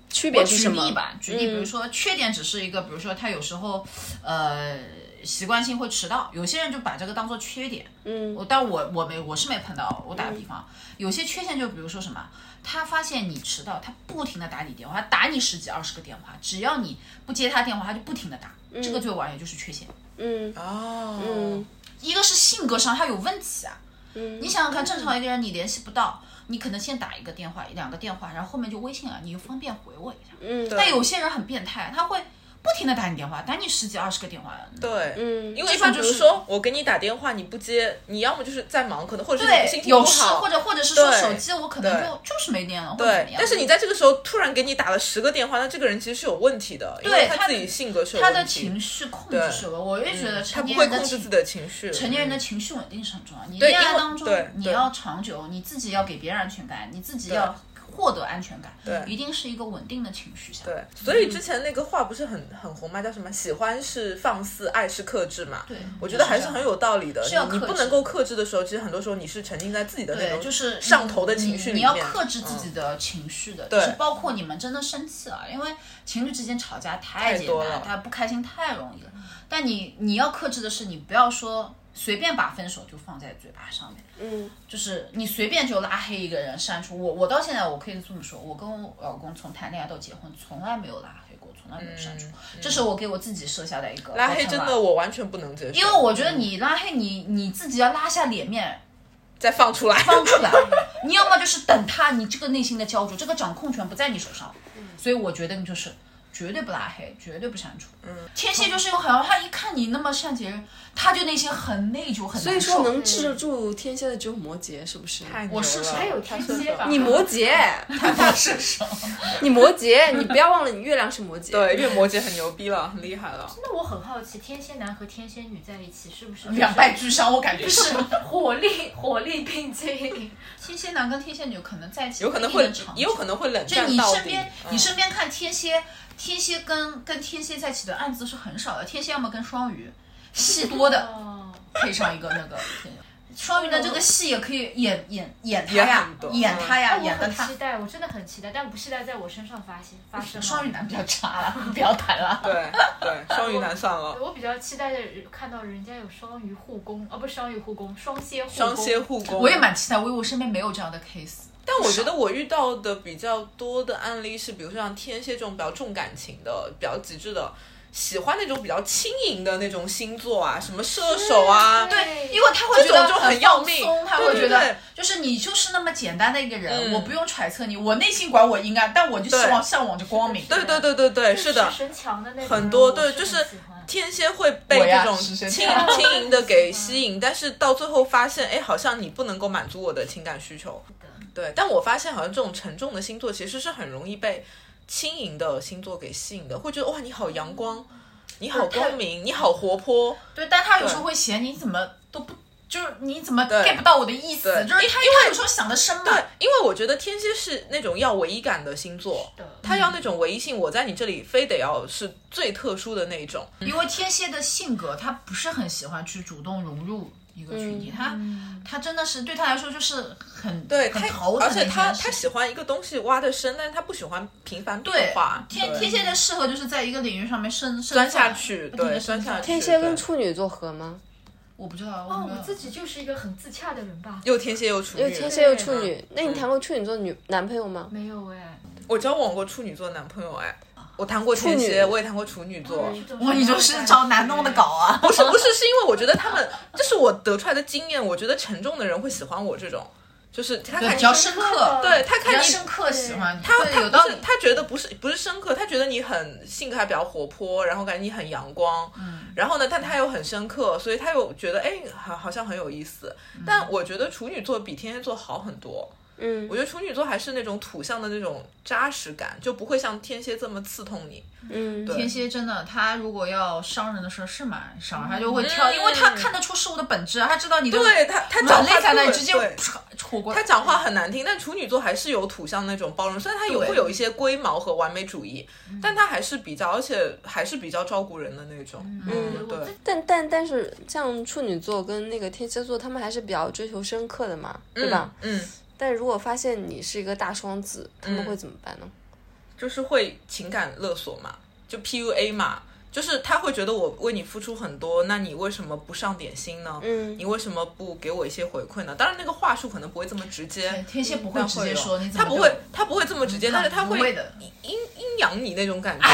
[SPEAKER 2] 区别
[SPEAKER 5] 我
[SPEAKER 2] 是
[SPEAKER 5] 举
[SPEAKER 2] 什么
[SPEAKER 3] 哦
[SPEAKER 2] 嗯
[SPEAKER 5] 例？吧，举例，比如说缺点只是一个，比如说他有时候呃习惯性会迟到，有些人就把这个当做缺点。嗯，我但我我没我是没碰到，我打
[SPEAKER 2] 嗯
[SPEAKER 5] 个比方，有些缺陷就比如说什么，他发现你迟到，他不停的打你电话，他打你十几二十个电话，只要你不接他电话，他就不停的打，这个对我而言就是缺陷。
[SPEAKER 2] 嗯
[SPEAKER 3] 哦，
[SPEAKER 2] 嗯
[SPEAKER 5] 一个是性格上他有问题啊。
[SPEAKER 3] 嗯
[SPEAKER 5] 你想想看，正常一个人你联系不到，你可能先打一个电话、两个电话，然后后面就微信了，你又方便回我一下。
[SPEAKER 2] 嗯
[SPEAKER 5] 但有些人很变态，他会不停的打你电话，打你十几二十个电话。
[SPEAKER 3] 对，
[SPEAKER 2] 嗯
[SPEAKER 3] 因为一般
[SPEAKER 5] 这种
[SPEAKER 3] 比如
[SPEAKER 5] 就是
[SPEAKER 3] 说我给你打电话你不接，你要么就是在忙，可能或者是你
[SPEAKER 5] 对
[SPEAKER 3] 心，情
[SPEAKER 5] 有
[SPEAKER 3] 不
[SPEAKER 5] 事
[SPEAKER 3] 好，
[SPEAKER 5] 或者或者是说
[SPEAKER 3] 对
[SPEAKER 5] 手机我可能
[SPEAKER 3] 对
[SPEAKER 5] 就就是没电了，或者怎么
[SPEAKER 3] 对
[SPEAKER 5] 样。，
[SPEAKER 3] 但是你在这个时候突然给你打了十个电话，那这个人其实是有问题的，因为
[SPEAKER 5] 对
[SPEAKER 3] 他
[SPEAKER 5] 他
[SPEAKER 3] 自己性格是有
[SPEAKER 5] 他的
[SPEAKER 3] 问题，
[SPEAKER 5] 情绪控制是吧？我也觉得
[SPEAKER 3] 嗯他
[SPEAKER 5] 成
[SPEAKER 3] 不
[SPEAKER 5] 年
[SPEAKER 3] 会
[SPEAKER 5] 人
[SPEAKER 3] 控
[SPEAKER 5] 的
[SPEAKER 3] 制自己
[SPEAKER 5] 情
[SPEAKER 3] 的情绪。嗯
[SPEAKER 5] 成年人的情绪稳定是很重要。你
[SPEAKER 3] 对
[SPEAKER 5] 恋
[SPEAKER 3] 因
[SPEAKER 5] 爱
[SPEAKER 3] 为
[SPEAKER 5] 当中
[SPEAKER 3] 对，
[SPEAKER 5] 你
[SPEAKER 3] 对
[SPEAKER 5] 要长久，你自己要给别人安全感，你自己
[SPEAKER 3] 对
[SPEAKER 5] 要获得安全感，
[SPEAKER 3] 对
[SPEAKER 5] 一定是一个稳定的情绪下。
[SPEAKER 3] 对，所以之前那个话不是很很红吗？叫什么？喜欢是放肆，爱是克制嘛。
[SPEAKER 5] 对
[SPEAKER 3] 我觉得还
[SPEAKER 5] 就是是
[SPEAKER 3] 很有道理的。
[SPEAKER 5] 是要
[SPEAKER 3] 你你
[SPEAKER 5] 克
[SPEAKER 3] 不
[SPEAKER 5] 制
[SPEAKER 3] 能够克制的时候，其实很多时候你是沉浸在自己的那
[SPEAKER 5] 对，
[SPEAKER 3] 种
[SPEAKER 5] 就是
[SPEAKER 3] 上头的情绪
[SPEAKER 5] 你
[SPEAKER 3] 里
[SPEAKER 5] 你要
[SPEAKER 3] 面。嗯
[SPEAKER 5] 克制自己的情绪的，就是包括你们真的生气了，因为情侣之间吵架太
[SPEAKER 3] 太
[SPEAKER 5] 简
[SPEAKER 3] 多
[SPEAKER 5] 单
[SPEAKER 3] 了，
[SPEAKER 5] 大家不开心太容易了。但你你要克制的是，你不要说随便把分手就放在嘴巴上面，
[SPEAKER 2] 嗯，
[SPEAKER 5] 就是你随便就拉黑一个人删除。我我到现在我可以这么说，我跟我老公从谈恋爱到结婚，从来没有拉黑过，从来没有删除，这是我给我自己设下的一个
[SPEAKER 3] 嗯嗯。拉黑
[SPEAKER 5] 我
[SPEAKER 3] 真
[SPEAKER 5] 承
[SPEAKER 3] 的嗯
[SPEAKER 5] 认
[SPEAKER 3] 我完全不能接受，
[SPEAKER 5] 因为我觉得你拉黑你你自己要拉下脸面，
[SPEAKER 3] 再放出来，
[SPEAKER 5] 放 出来。你要么就是等他，你这个内心的焦灼，这个掌控权不在你手上。
[SPEAKER 3] 嗯
[SPEAKER 5] 所以我决定就是绝对不拉黑，绝对不删除。嗯，天蝎就是有好像他一看你那么善解人意，他就内心很内疚，很
[SPEAKER 8] 所以
[SPEAKER 5] 难
[SPEAKER 8] 说
[SPEAKER 5] 受。
[SPEAKER 8] 能治住天蝎的只有摩羯，是不是？
[SPEAKER 3] 太牛
[SPEAKER 5] 我 是
[SPEAKER 3] 了
[SPEAKER 5] 谁
[SPEAKER 4] 还有天蝎吧？
[SPEAKER 2] 你摩羯，
[SPEAKER 5] 他是什么？
[SPEAKER 2] 你摩羯，你不要忘了，你月亮是摩羯。
[SPEAKER 3] 对，月摩羯很牛逼了，很厉害了。
[SPEAKER 4] 那我很好奇，天蝎男和天蝎女在一起是不是
[SPEAKER 5] 两败俱伤，我感觉是。
[SPEAKER 4] 火力火力并进？
[SPEAKER 5] 天蝎男跟天蝎女可能在一起，
[SPEAKER 3] 有可能会，
[SPEAKER 5] 长久
[SPEAKER 3] 也有可能会冷
[SPEAKER 5] 就
[SPEAKER 3] 战
[SPEAKER 5] 你
[SPEAKER 3] 到
[SPEAKER 5] 身
[SPEAKER 3] 底嗯
[SPEAKER 5] 边。，你身边看天蝎，天蝎跟跟天蝎在一起的案子是很少的。天蝎要么跟双鱼，戏多的
[SPEAKER 4] 哦，
[SPEAKER 5] 配上一个那个天蝎。双鱼的这个戏也可以演演演他
[SPEAKER 3] 演
[SPEAKER 5] 呀
[SPEAKER 3] 很多，
[SPEAKER 5] 演他呀，
[SPEAKER 4] 那哎我
[SPEAKER 5] 演的
[SPEAKER 4] 很
[SPEAKER 5] 他
[SPEAKER 4] 期。待，我真的很期待，但不期待在我身上发现发生啊。
[SPEAKER 5] 双鱼男比较差了，不要谈了。
[SPEAKER 3] 嗯对对，双鱼男算 了
[SPEAKER 4] 对，。我比较期待的看到人家有双鱼护工，哦，不是双鱼护工，双蝎护工。
[SPEAKER 3] 双蝎护工，
[SPEAKER 5] 我也蛮期待，我我身边没有这样的 case。
[SPEAKER 3] 但我觉得我遇到的比较多的案例是，比如说像天蝎这种比较重感情的、比较极致的，喜欢那种比较轻盈的那种星座啊，什么射手啊，
[SPEAKER 5] 对，因为他会觉得
[SPEAKER 3] 这种就很要命
[SPEAKER 5] 放松他会
[SPEAKER 3] 对
[SPEAKER 5] 觉
[SPEAKER 3] 对
[SPEAKER 5] 得
[SPEAKER 3] 对
[SPEAKER 5] 就是你就是那么简单的一个人，
[SPEAKER 3] 嗯
[SPEAKER 5] 我不用揣测你，我内心管我阴暗，但我就希望向往着光明。
[SPEAKER 3] 对对对对对，是的
[SPEAKER 4] 是，神强的那种人，
[SPEAKER 3] 很多
[SPEAKER 4] 我
[SPEAKER 3] 对，
[SPEAKER 4] 是
[SPEAKER 3] 就是
[SPEAKER 4] 很喜欢
[SPEAKER 3] 天蝎会被
[SPEAKER 5] 我呀
[SPEAKER 3] 这种
[SPEAKER 5] 是
[SPEAKER 3] 轻
[SPEAKER 5] 神
[SPEAKER 3] 轻
[SPEAKER 5] 探
[SPEAKER 3] 盈的给吸引，但是到最后发现，哎，好像你不能够满足我的情感需求。对，但我发现好像这种沉重的星座其实是很容易被轻盈的星座给吸引的，会觉得哇，你好阳光，你好光明，你好活泼。
[SPEAKER 5] 对，但他有时候会嫌你怎么都不，就是你怎么
[SPEAKER 3] 对
[SPEAKER 5] get 不到我的意思，
[SPEAKER 3] 对
[SPEAKER 5] 就是他他有时候想的深嘛。
[SPEAKER 3] 对， 因为我觉得天蝎是那种要唯一感的星座
[SPEAKER 4] 的，
[SPEAKER 3] 他要那种唯一性，我在你这里非得要是最特殊的那一种。
[SPEAKER 5] 因为天蝎的性格，他不是很喜欢去主动融入一个群体，他他真的是对他来说就是很
[SPEAKER 3] 嗯对
[SPEAKER 5] 很
[SPEAKER 3] 他
[SPEAKER 5] 头，疼
[SPEAKER 3] 而
[SPEAKER 5] 的
[SPEAKER 3] 且
[SPEAKER 5] 一件事情。
[SPEAKER 3] 他他喜欢一个东西挖的深，但是他不喜欢频繁
[SPEAKER 5] 对
[SPEAKER 3] 变化。
[SPEAKER 5] 天
[SPEAKER 3] 对
[SPEAKER 5] 天蝎的适合就是在一个领域上面深深
[SPEAKER 3] 钻下
[SPEAKER 5] 钻
[SPEAKER 3] 去，
[SPEAKER 5] 不停
[SPEAKER 3] 对，
[SPEAKER 5] 地
[SPEAKER 3] 钻
[SPEAKER 5] 深
[SPEAKER 3] 下
[SPEAKER 5] 钻
[SPEAKER 3] 去。
[SPEAKER 2] 天蝎跟
[SPEAKER 3] 对
[SPEAKER 2] 处女座合吗？
[SPEAKER 5] 我不知道
[SPEAKER 4] 哦，
[SPEAKER 5] 没有
[SPEAKER 4] 我自己就是一个很自洽的人吧？
[SPEAKER 3] 又天蝎又处
[SPEAKER 2] 又
[SPEAKER 3] 女，
[SPEAKER 2] 天蝎又处女，嗯那你谈过处女座女男朋友吗？
[SPEAKER 4] 没有哎，
[SPEAKER 3] 我交往过处女座男朋友哎，我谈过天蝎，
[SPEAKER 2] 处女
[SPEAKER 3] 我也谈过处女座。
[SPEAKER 5] 哇，你就是找男弄的搞啊！
[SPEAKER 3] 不是不是，是因 为我觉得他们，这是我得出来的经验。我觉得沉重的人会喜欢我这种，就是他
[SPEAKER 5] 对，
[SPEAKER 3] 看
[SPEAKER 5] 比
[SPEAKER 3] 你
[SPEAKER 5] 较深刻，
[SPEAKER 3] 对他
[SPEAKER 5] 比
[SPEAKER 3] 看
[SPEAKER 5] 较
[SPEAKER 3] 你
[SPEAKER 5] 深刻喜欢你，
[SPEAKER 3] 他
[SPEAKER 5] 对
[SPEAKER 3] 他
[SPEAKER 5] 有道
[SPEAKER 3] 不
[SPEAKER 5] 理
[SPEAKER 3] 是。他觉得不是不是深刻，他觉得你很性格还比较活泼，然后感觉你很阳光，嗯，然后呢，但他又很深刻，所以他又觉得哎，好好像很有意思。但我觉得处女座比天蝎座好很多，嗯，我觉得处女座还是那种土象的那种扎实感，就不会像天蝎这么刺痛你。嗯，对
[SPEAKER 5] 天蝎真的，他如果要伤人的时候是蛮伤人，他就会挑，
[SPEAKER 3] 嗯
[SPEAKER 5] 因为他看得出事物的本质，啊他知道你的
[SPEAKER 3] 对他他
[SPEAKER 5] 软
[SPEAKER 3] 讲
[SPEAKER 5] 肋
[SPEAKER 3] 话
[SPEAKER 5] 在那里，
[SPEAKER 3] 对
[SPEAKER 5] 直接
[SPEAKER 3] 对
[SPEAKER 5] 啪戳过来。
[SPEAKER 3] 他讲话很难听，但处女座还是有土象那种包容，虽然他有
[SPEAKER 5] 对
[SPEAKER 3] 会有一些龟毛和完美主义，但他还是比较，而且还是比较照顾人的那种。嗯，对
[SPEAKER 4] 我，
[SPEAKER 2] 但但但是像处女座跟那个天蝎座，他们还是比较追求深刻的嘛，对吧？
[SPEAKER 3] 嗯，
[SPEAKER 2] 但如果发现你是一个大双子，他们会怎么办呢？
[SPEAKER 3] 就是会情感勒索嘛，就 PUA 嘛，就是他会觉得我为你付出很多，那你为什么不上点心呢？
[SPEAKER 2] 嗯
[SPEAKER 3] 你为什么不给我一些回馈呢？当然，那个话术可能不会这么直接，
[SPEAKER 5] 天蝎不会
[SPEAKER 3] 但
[SPEAKER 5] 直接
[SPEAKER 3] 有
[SPEAKER 5] 说，你怎么
[SPEAKER 3] 他不
[SPEAKER 5] 就嗯
[SPEAKER 3] 嗯会，他不会这么直接，但是他
[SPEAKER 5] 不
[SPEAKER 3] 会
[SPEAKER 5] 会的哎
[SPEAKER 3] 阴阴阳你那种感觉。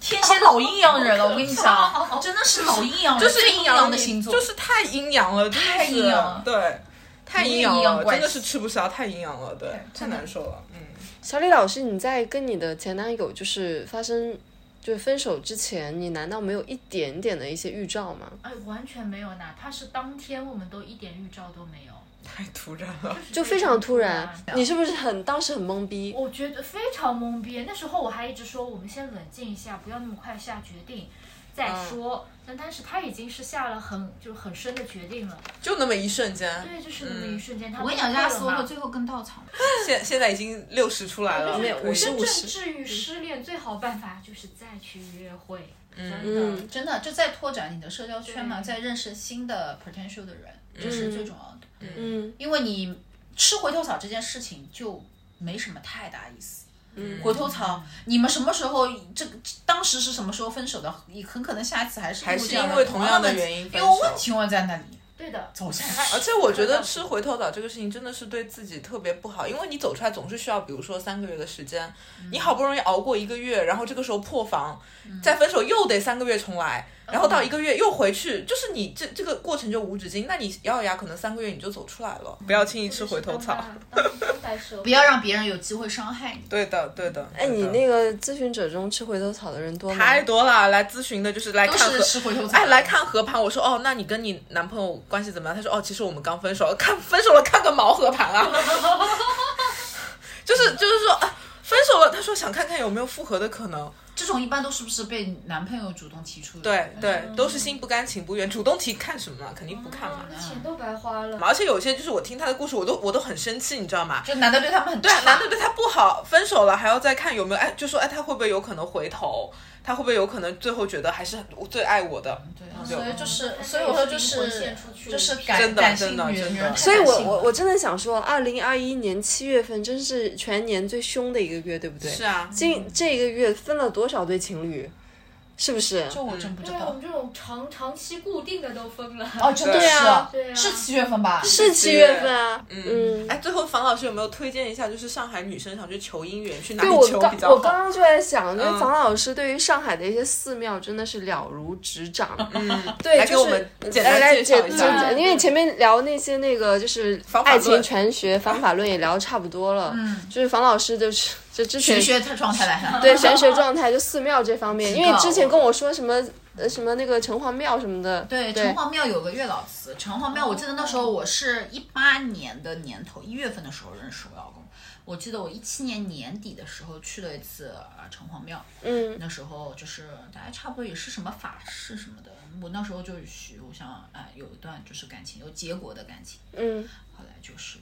[SPEAKER 5] 天蝎老阴阳人了，我跟你讲，真的是老阴阳人，
[SPEAKER 3] 就是
[SPEAKER 5] 最
[SPEAKER 3] 阴
[SPEAKER 5] 阴
[SPEAKER 3] 阳
[SPEAKER 5] 的星座，
[SPEAKER 3] 就是太阴阳了，真的
[SPEAKER 5] 太
[SPEAKER 3] 是
[SPEAKER 5] 阴阳了
[SPEAKER 3] 对，太阴
[SPEAKER 5] 阴阳
[SPEAKER 3] 阳了，
[SPEAKER 5] 怪
[SPEAKER 3] 真的
[SPEAKER 5] 气
[SPEAKER 3] 是吃不消，太阴阳了，对，太
[SPEAKER 5] 真的
[SPEAKER 3] 难受了，嗯。
[SPEAKER 2] 小李老师，你在跟你的前男友就是发生就是分手之前，你难道没有一点点的一些预兆吗？
[SPEAKER 4] 哎，完全没有，哪怕是当天我们都一点预兆都没有，
[SPEAKER 3] 太突然了，
[SPEAKER 4] 是
[SPEAKER 2] 就非常突然，你是不是很当时很懵逼？
[SPEAKER 4] 我觉得非常懵逼。那时候我还一直说，我们先冷静一下，不要那么快下决定，再说。但当时他已经是下了很就是很深的决定了，
[SPEAKER 3] 就那么一瞬间。
[SPEAKER 4] 对，就是那么一瞬间。他
[SPEAKER 5] 我跟你讲，人家斯洛克最后跟稻 草，
[SPEAKER 3] 现现在已经六十出来了，
[SPEAKER 4] 没
[SPEAKER 8] 有我是
[SPEAKER 4] 真
[SPEAKER 8] 五
[SPEAKER 4] 正
[SPEAKER 8] 十
[SPEAKER 4] 治愈失恋最好办法就是再去约会。
[SPEAKER 2] 嗯，
[SPEAKER 5] 真的就在拓展你的社交圈嘛，
[SPEAKER 4] 对
[SPEAKER 5] 在认识新的 potential 的人，这是最重要的。
[SPEAKER 2] 嗯，
[SPEAKER 5] 因为你吃回头草这件事情就没什么太大意思。嗯，回头草，你们什么时候这个当时是什么时候分手的？你很可能下一次还是
[SPEAKER 3] 还是
[SPEAKER 5] 这样
[SPEAKER 3] 因为同
[SPEAKER 5] 同
[SPEAKER 3] 样的
[SPEAKER 5] 的问题
[SPEAKER 3] 原因分
[SPEAKER 5] 因为问
[SPEAKER 3] 手
[SPEAKER 5] 题永远在那里。
[SPEAKER 4] 对的，
[SPEAKER 5] 走下去
[SPEAKER 3] 而且我觉得吃回头草这个事情真的是对自己特别不好，因为你走出来总是需要，比如说三个月的时间，你好不容易熬过一个月，然后这个时候破防，再分手又得三个月重来，然后到一个月又回去，就是你这这个过程就无止境。那你咬咬牙，可能三个月你就走出来了。不要轻易吃回头草。
[SPEAKER 4] 当代当代社会
[SPEAKER 5] 不要让别人有机会伤害你。
[SPEAKER 3] 对的，对的。
[SPEAKER 2] 哎，
[SPEAKER 3] 对
[SPEAKER 2] 你
[SPEAKER 3] 的
[SPEAKER 2] 那个咨询者中吃回头草的人多吗？
[SPEAKER 3] 太多了，来咨询的就是来看
[SPEAKER 5] 嗯都
[SPEAKER 3] 和
[SPEAKER 5] 是吃回头草
[SPEAKER 3] 哎，来看合盘。我说哦，那你跟你男朋友关系怎么样？他说哦，其实我们刚分手，看分手了看个毛合盘 啊，就是就是说、啊分手了，他说想看看有没有复合的可能。
[SPEAKER 5] 这种一般都是不是被男朋友主动提出的？
[SPEAKER 3] 对对，
[SPEAKER 5] 嗯
[SPEAKER 3] 都是心不甘情不愿，主动提看什么？肯定不看嘛。
[SPEAKER 4] 啊
[SPEAKER 5] 嗯啊
[SPEAKER 4] 那钱都白花了。
[SPEAKER 3] 而且有些就是我听他的故事，我都我都很生气，你知道吗？
[SPEAKER 5] 就男的对他们很
[SPEAKER 3] 对啊，
[SPEAKER 5] 差
[SPEAKER 3] 男的对他不好，分手了还要再看有没有哎，就说哎他会不会有可能回头，他会不会有可能最后觉得还是我最爱我的。
[SPEAKER 5] 嗯对，所以就是，
[SPEAKER 4] 嗯
[SPEAKER 5] 所以我说就
[SPEAKER 4] 灵魂
[SPEAKER 5] 是
[SPEAKER 4] 献出去
[SPEAKER 5] 就是
[SPEAKER 3] 真
[SPEAKER 5] 感
[SPEAKER 3] 的
[SPEAKER 5] 感性
[SPEAKER 3] 真的
[SPEAKER 5] 女人
[SPEAKER 3] 真
[SPEAKER 5] 女
[SPEAKER 3] 的
[SPEAKER 5] 人太
[SPEAKER 2] 所以
[SPEAKER 5] 感
[SPEAKER 2] 我，
[SPEAKER 5] 性
[SPEAKER 2] 我
[SPEAKER 5] 了
[SPEAKER 2] 我真的想说，二零二一年七月份真是全年最凶的一个月，对不对？
[SPEAKER 3] 是啊，
[SPEAKER 2] 今这个月分了多少对情侣？是不是？
[SPEAKER 5] 这我真不知
[SPEAKER 4] 对啊，我
[SPEAKER 5] 道
[SPEAKER 4] 们这种长长期固定的都分了。
[SPEAKER 5] 哦，真的
[SPEAKER 2] 对啊
[SPEAKER 4] 对啊
[SPEAKER 5] 是是七月份吧？
[SPEAKER 2] 是七月份啊，嗯。
[SPEAKER 3] 哎，最后樊老师有没有推荐一下，就是上海女生想去求姻缘，去哪
[SPEAKER 2] 对
[SPEAKER 3] 里
[SPEAKER 2] 我
[SPEAKER 3] 求
[SPEAKER 2] 刚
[SPEAKER 3] 比
[SPEAKER 2] 我
[SPEAKER 3] 较
[SPEAKER 2] 刚
[SPEAKER 3] 好？
[SPEAKER 2] 刚就在想，就是
[SPEAKER 3] 嗯
[SPEAKER 2] 房老师对于上海的一些寺庙真的是了如指掌。
[SPEAKER 3] 嗯，
[SPEAKER 2] 对，
[SPEAKER 3] 来
[SPEAKER 2] 就
[SPEAKER 3] 给我
[SPEAKER 2] 是
[SPEAKER 3] 们简
[SPEAKER 2] 来
[SPEAKER 3] 单
[SPEAKER 2] 来
[SPEAKER 3] 介绍
[SPEAKER 2] 简
[SPEAKER 3] 一
[SPEAKER 2] 简
[SPEAKER 3] 下
[SPEAKER 2] 简因为你前面聊那些那个就是
[SPEAKER 3] 方法
[SPEAKER 2] 爱情
[SPEAKER 3] 论
[SPEAKER 2] 玄学、方法论也聊得差不多了。嗯，就是房老师就是就之前
[SPEAKER 5] 玄学他状态来了，
[SPEAKER 2] 对玄学状态，就寺庙这方面，
[SPEAKER 5] 知
[SPEAKER 2] 因为
[SPEAKER 5] 道
[SPEAKER 2] 之前跟我说什么呃什么那个城隍庙什么的，
[SPEAKER 5] 对，
[SPEAKER 2] 对
[SPEAKER 5] 城隍庙有个月老祠。城隍庙，我记得那时候我是一八年的年头，一月份的时候认识我老公。我记得我一七年年底的时候去了一次呃城隍庙，
[SPEAKER 2] 嗯
[SPEAKER 5] 那时候就是大概差不多也是什么法事什么的。我那时候就是许，我想啊、有一段就是感情有结果的感情。
[SPEAKER 2] 嗯
[SPEAKER 5] 后来就是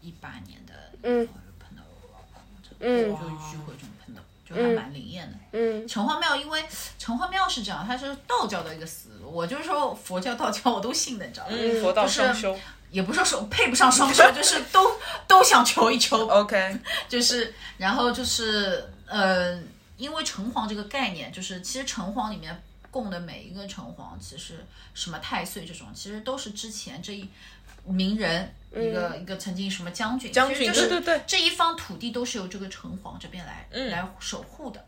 [SPEAKER 5] 一八年的，
[SPEAKER 2] 嗯
[SPEAKER 5] 我就碰到我老婆，
[SPEAKER 2] 嗯
[SPEAKER 5] 就聚会中碰到，就还蛮灵验的。
[SPEAKER 2] 嗯
[SPEAKER 5] 城隍庙，因为城隍庙是这样，它是道教的一个寺，我就是说佛教、道教我都信的，你知道吗？
[SPEAKER 3] 嗯，佛道
[SPEAKER 5] 就是
[SPEAKER 3] 双修
[SPEAKER 5] 也不是说是配不上双修，就是都都想求一求，
[SPEAKER 3] ，OK，
[SPEAKER 5] 就是然后就是呃，因为城隍这个概念，就是其实城隍里面供的每一个城隍，其实什么太岁这种，其实都是之前这一名人。一个一个曾经什么将军，
[SPEAKER 3] 嗯将
[SPEAKER 5] 其实
[SPEAKER 3] 军
[SPEAKER 5] 就是
[SPEAKER 3] 对对嗯对
[SPEAKER 5] 这一方土地都是由这个城隍这边来、来守护的，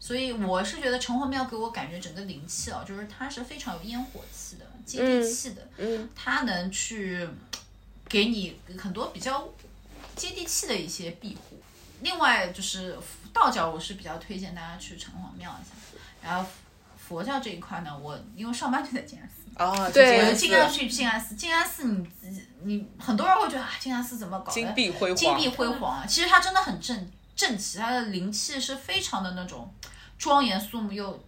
[SPEAKER 5] 所以我是觉得城隍庙给我感觉整个灵气啊，就是它是非常有烟火气的、接地气的，
[SPEAKER 2] 嗯
[SPEAKER 5] 它能去给你很多比较接地气的一些庇护。另外就是道教，我是比较推荐大家去城隍庙一下，然后。佛教这一块呢，我因为上班就在静安寺，
[SPEAKER 3] 啊，
[SPEAKER 2] 对
[SPEAKER 5] 我就
[SPEAKER 3] 就静
[SPEAKER 5] 尽
[SPEAKER 3] 安
[SPEAKER 5] 量
[SPEAKER 3] 寺
[SPEAKER 5] 去静安寺。静安寺你自己你很多人会觉得啊，静安寺怎么搞的？
[SPEAKER 3] 金碧辉煌，
[SPEAKER 5] 金碧辉煌啊，其实它真的很正正气，它的灵气是非常的那种庄严肃穆又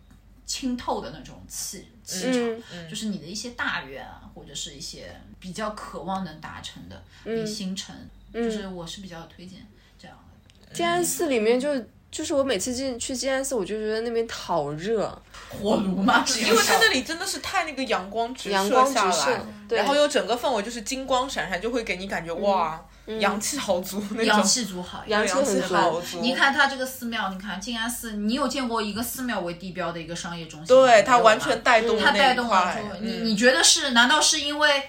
[SPEAKER 5] 清透的那种气气场。
[SPEAKER 2] 嗯
[SPEAKER 5] 就是你的一些大愿啊，或者是一些比较渴望能达成的，
[SPEAKER 3] 嗯
[SPEAKER 5] 你心诚，就是我是比较推荐这样的。
[SPEAKER 2] 静安寺里面就就是我每次进去静安寺，我就觉得那边好热，
[SPEAKER 5] 火炉嘛，是
[SPEAKER 3] 因为它那里真的是太那个阳光直
[SPEAKER 2] 阳光直
[SPEAKER 3] 下
[SPEAKER 2] 射
[SPEAKER 3] 来，
[SPEAKER 2] 对
[SPEAKER 3] 然后又整个氛围就是金光闪闪，就会给你感觉哇，阳气好足那种，
[SPEAKER 5] 嗯阳气足好，
[SPEAKER 2] 嗯阳气
[SPEAKER 3] 阳气
[SPEAKER 2] 很足。
[SPEAKER 3] 好足。
[SPEAKER 5] 你，看它这个寺庙，你看静安寺，你有见过一个寺庙为地标的一个商业中心吗？
[SPEAKER 3] 对它
[SPEAKER 5] 没有吧
[SPEAKER 3] 完全带动了
[SPEAKER 5] 它
[SPEAKER 3] 那
[SPEAKER 5] 嗯带
[SPEAKER 3] 一
[SPEAKER 5] 动了
[SPEAKER 3] 块
[SPEAKER 5] 中文。你
[SPEAKER 3] 嗯
[SPEAKER 5] 你觉得是？难道是因为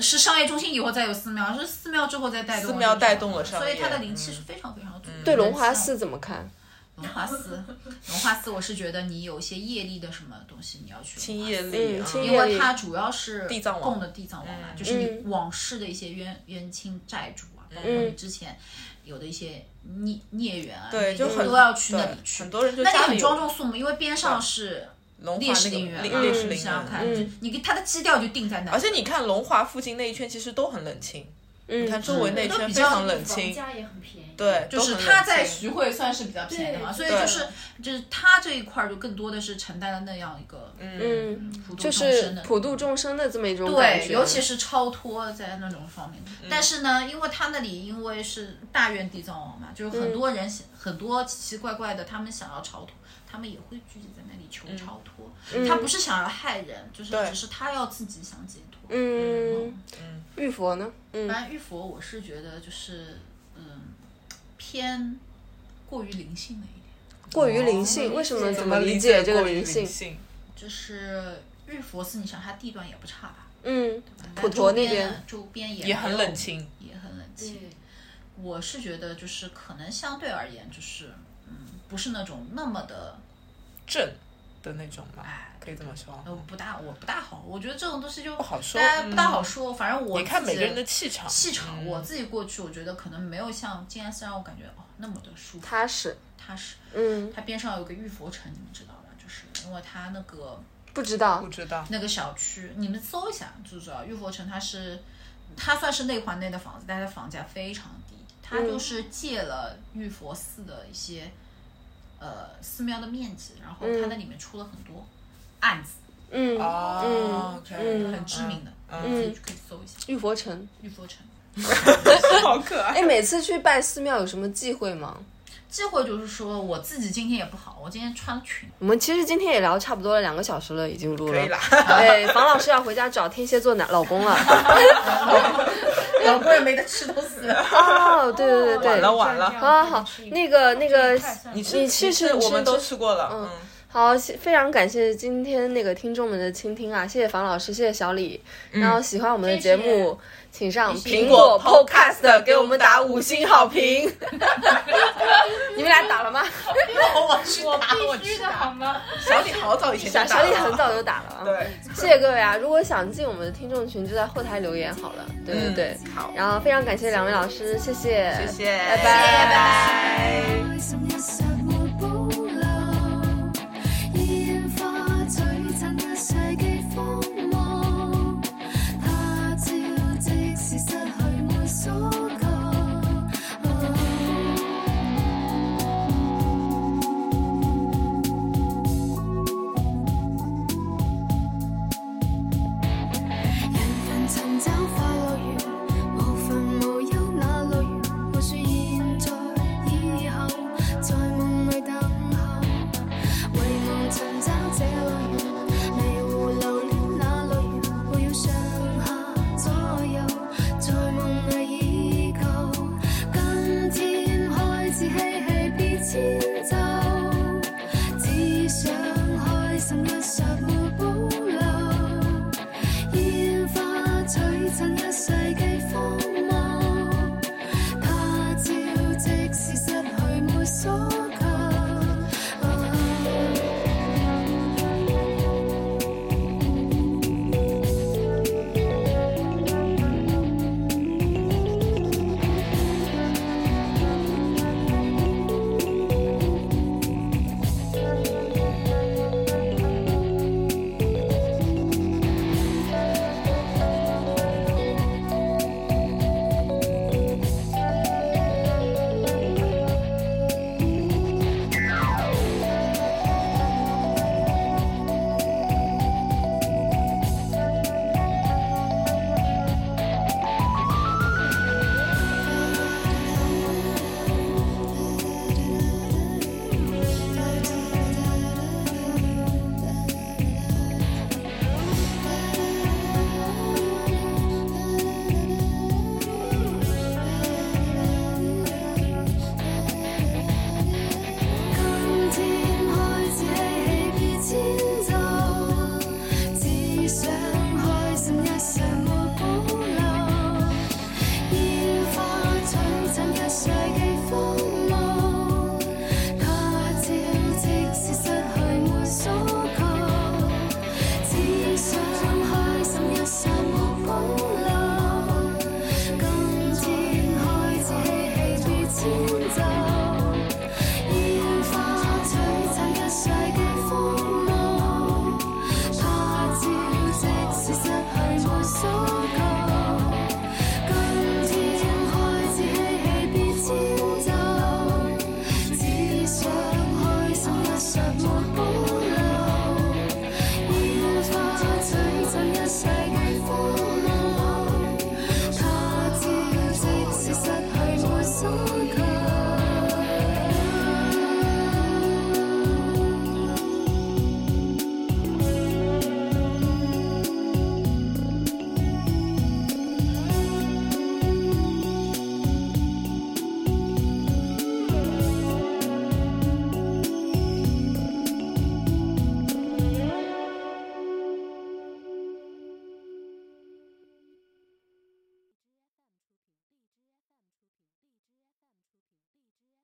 [SPEAKER 5] 是商业中心以后再有寺庙，是寺庙之后再带动了
[SPEAKER 3] 寺庙带
[SPEAKER 5] 中
[SPEAKER 3] 动
[SPEAKER 5] 文
[SPEAKER 3] 了商
[SPEAKER 5] 所以它的
[SPEAKER 3] 业嗯
[SPEAKER 5] 灵气是非常非常足的。
[SPEAKER 2] 对龙华寺怎么看？
[SPEAKER 5] 龙华寺，龙华寺，我是觉得你有一些业力的什么东西，你要去
[SPEAKER 3] 清
[SPEAKER 5] 龙华
[SPEAKER 3] 业
[SPEAKER 5] 寺
[SPEAKER 3] 力
[SPEAKER 2] 嗯
[SPEAKER 3] 啊，
[SPEAKER 2] 清
[SPEAKER 5] 因为它主要是
[SPEAKER 3] 地藏王嗯
[SPEAKER 5] 供的地藏王嘛，就是你往事的一些冤冤亲债主啊，包括你之前有的一些孽孽缘啊，
[SPEAKER 3] 对，
[SPEAKER 5] 你
[SPEAKER 3] 就很
[SPEAKER 5] 都要去那
[SPEAKER 3] 对
[SPEAKER 5] 里去
[SPEAKER 3] 很。多人就
[SPEAKER 5] 那里
[SPEAKER 3] 家
[SPEAKER 5] 很
[SPEAKER 3] 里
[SPEAKER 5] 庄
[SPEAKER 3] 有
[SPEAKER 5] 重肃穆，因为边上是
[SPEAKER 3] 龙华
[SPEAKER 5] 烈士
[SPEAKER 3] 那个
[SPEAKER 5] 陵园
[SPEAKER 3] 烈
[SPEAKER 5] 嘛，
[SPEAKER 3] 烈士
[SPEAKER 5] 你
[SPEAKER 3] 陵
[SPEAKER 5] 想想
[SPEAKER 3] 园，
[SPEAKER 5] 看，就你跟它的基调就定在那里，
[SPEAKER 3] 嗯而且你看龙华附近那一圈其实都很冷清，你看周围那一
[SPEAKER 5] 都
[SPEAKER 3] 圈
[SPEAKER 5] 比
[SPEAKER 3] 非
[SPEAKER 5] 较
[SPEAKER 3] 常冷
[SPEAKER 4] 房
[SPEAKER 3] 清，
[SPEAKER 4] 价也很便宜。
[SPEAKER 3] 对，
[SPEAKER 5] 就
[SPEAKER 3] 都
[SPEAKER 5] 是
[SPEAKER 3] 很
[SPEAKER 5] 他
[SPEAKER 3] 冷
[SPEAKER 5] 在
[SPEAKER 3] 清
[SPEAKER 5] 徐汇算是比较便宜的嘛，
[SPEAKER 4] 对
[SPEAKER 5] 所以
[SPEAKER 3] 对
[SPEAKER 5] 就是就是他这一块儿就更多的是承担了那样一个
[SPEAKER 3] 嗯
[SPEAKER 5] 普度
[SPEAKER 2] 就
[SPEAKER 5] 众
[SPEAKER 2] 是
[SPEAKER 5] 生的
[SPEAKER 2] 普度众生的这么一种感
[SPEAKER 5] 对，
[SPEAKER 2] 觉，嗯
[SPEAKER 5] 尤其是超脱在那种方面。但是呢，因为他那里因为是大愿地藏王嘛，就是
[SPEAKER 2] 嗯
[SPEAKER 5] 很多人、很多奇奇怪怪的，他们想要超脱，他们也会聚集在那里
[SPEAKER 2] 嗯
[SPEAKER 5] 求超脱。他不是想要害人，就是
[SPEAKER 3] 对
[SPEAKER 5] 只是他要自己想解脱。
[SPEAKER 2] 嗯，玉佛呢？嗯
[SPEAKER 5] 反正玉佛，我是觉得就是嗯偏过于灵性了一点。
[SPEAKER 2] 过于灵性，
[SPEAKER 4] 哦
[SPEAKER 2] 为什么
[SPEAKER 3] 怎
[SPEAKER 2] 么
[SPEAKER 3] 理
[SPEAKER 2] 理解这个
[SPEAKER 3] 过于
[SPEAKER 2] 灵性？
[SPEAKER 3] 性？
[SPEAKER 5] 就是玉佛寺，你想它地段也不差吧？
[SPEAKER 2] 嗯，
[SPEAKER 5] 但
[SPEAKER 2] 普陀那
[SPEAKER 5] 周边
[SPEAKER 2] 边
[SPEAKER 5] 呢周边也没
[SPEAKER 3] 也很
[SPEAKER 5] 有
[SPEAKER 3] 冷，清，
[SPEAKER 5] 也很冷
[SPEAKER 2] 嗯
[SPEAKER 4] 对
[SPEAKER 5] 清。我是觉得就是可能相对而言就是嗯，不是那种那么的
[SPEAKER 3] 正的那种嘛
[SPEAKER 5] 哎，
[SPEAKER 3] 可以这么说。
[SPEAKER 5] 呃不大我不大好，我觉得这种东西就
[SPEAKER 3] 不好说嗯
[SPEAKER 5] 大家不大好说。反正我
[SPEAKER 3] 你看
[SPEAKER 5] 自己
[SPEAKER 3] 每个人的气场，嗯
[SPEAKER 5] 气场，我自己过去我觉得可能没有像静安寺让我感觉哦那么的舒服
[SPEAKER 2] 踏实，
[SPEAKER 5] 踏实。
[SPEAKER 2] 嗯，
[SPEAKER 5] 它边上有个玉佛城，你们知道吧？就是因为它那个
[SPEAKER 2] 不知道
[SPEAKER 3] 不，知道。
[SPEAKER 2] 嗯
[SPEAKER 5] 那个小区，你们搜一下就知道。玉佛城它是，它算是内环内的房子，但是房价非常低。它就是借了玉佛寺的一些，呃，寺庙的面积，然后它那里面出了很多案子，
[SPEAKER 2] 嗯
[SPEAKER 3] 哦
[SPEAKER 2] 嗯
[SPEAKER 3] OK
[SPEAKER 2] 嗯，
[SPEAKER 5] 很知名的，
[SPEAKER 3] 嗯
[SPEAKER 5] 自己去可以搜一下
[SPEAKER 2] 玉佛城。
[SPEAKER 5] 玉佛城。
[SPEAKER 3] 好可爱。
[SPEAKER 2] 哎，每次去拜寺庙有什么忌讳吗？
[SPEAKER 5] 这会就是说，我自己今天也不好，我今天穿裙子，
[SPEAKER 2] 我们其实今天也聊差不多了，两个小时了，已经录
[SPEAKER 3] 可
[SPEAKER 2] 了
[SPEAKER 3] 以。啦，
[SPEAKER 2] 对，房老师要回家找天蝎座男老公了。
[SPEAKER 5] 老公也没得吃都死了。
[SPEAKER 2] 哦，对对对对，
[SPEAKER 3] 完了完了
[SPEAKER 2] 好好好，那个那个，
[SPEAKER 4] 你
[SPEAKER 2] 你去吃，
[SPEAKER 3] 我们都
[SPEAKER 2] 吃
[SPEAKER 3] 吃过了，
[SPEAKER 2] 嗯
[SPEAKER 3] 嗯，
[SPEAKER 2] 好，谢非常感谢今天那个听众们的倾听啊，谢谢房老师，谢谢小李。然后喜欢我们的节目，请上苹果 Podcast 给我们打五星好评。你们俩打了吗？
[SPEAKER 5] 我去打，我
[SPEAKER 4] 必须
[SPEAKER 5] 去
[SPEAKER 4] 的
[SPEAKER 5] 打。
[SPEAKER 4] 好吗？
[SPEAKER 3] 小李好早以前
[SPEAKER 2] 小
[SPEAKER 3] 就打
[SPEAKER 2] 小
[SPEAKER 3] 了
[SPEAKER 2] 李很早就打了啊。
[SPEAKER 3] 对，
[SPEAKER 2] 谢谢各位啊！如果想进我们的听众群，就在后台留言好了。对对对，
[SPEAKER 3] 嗯好
[SPEAKER 2] 然后非常感谢两位老师，谢谢，
[SPEAKER 3] 谢谢，
[SPEAKER 2] 拜拜，
[SPEAKER 9] 開心一剎沒保留，煙花璀璨一世紀風貌。他朝即使失去沒所求。人人尋找快樂園，無煩無憂那樂園，或說現在以後，在夢裏等候。為我尋找這樂園，迷糊留戀那樂園，沒有上下左右，在夢裏依舊。今天開始嬉戲，別遷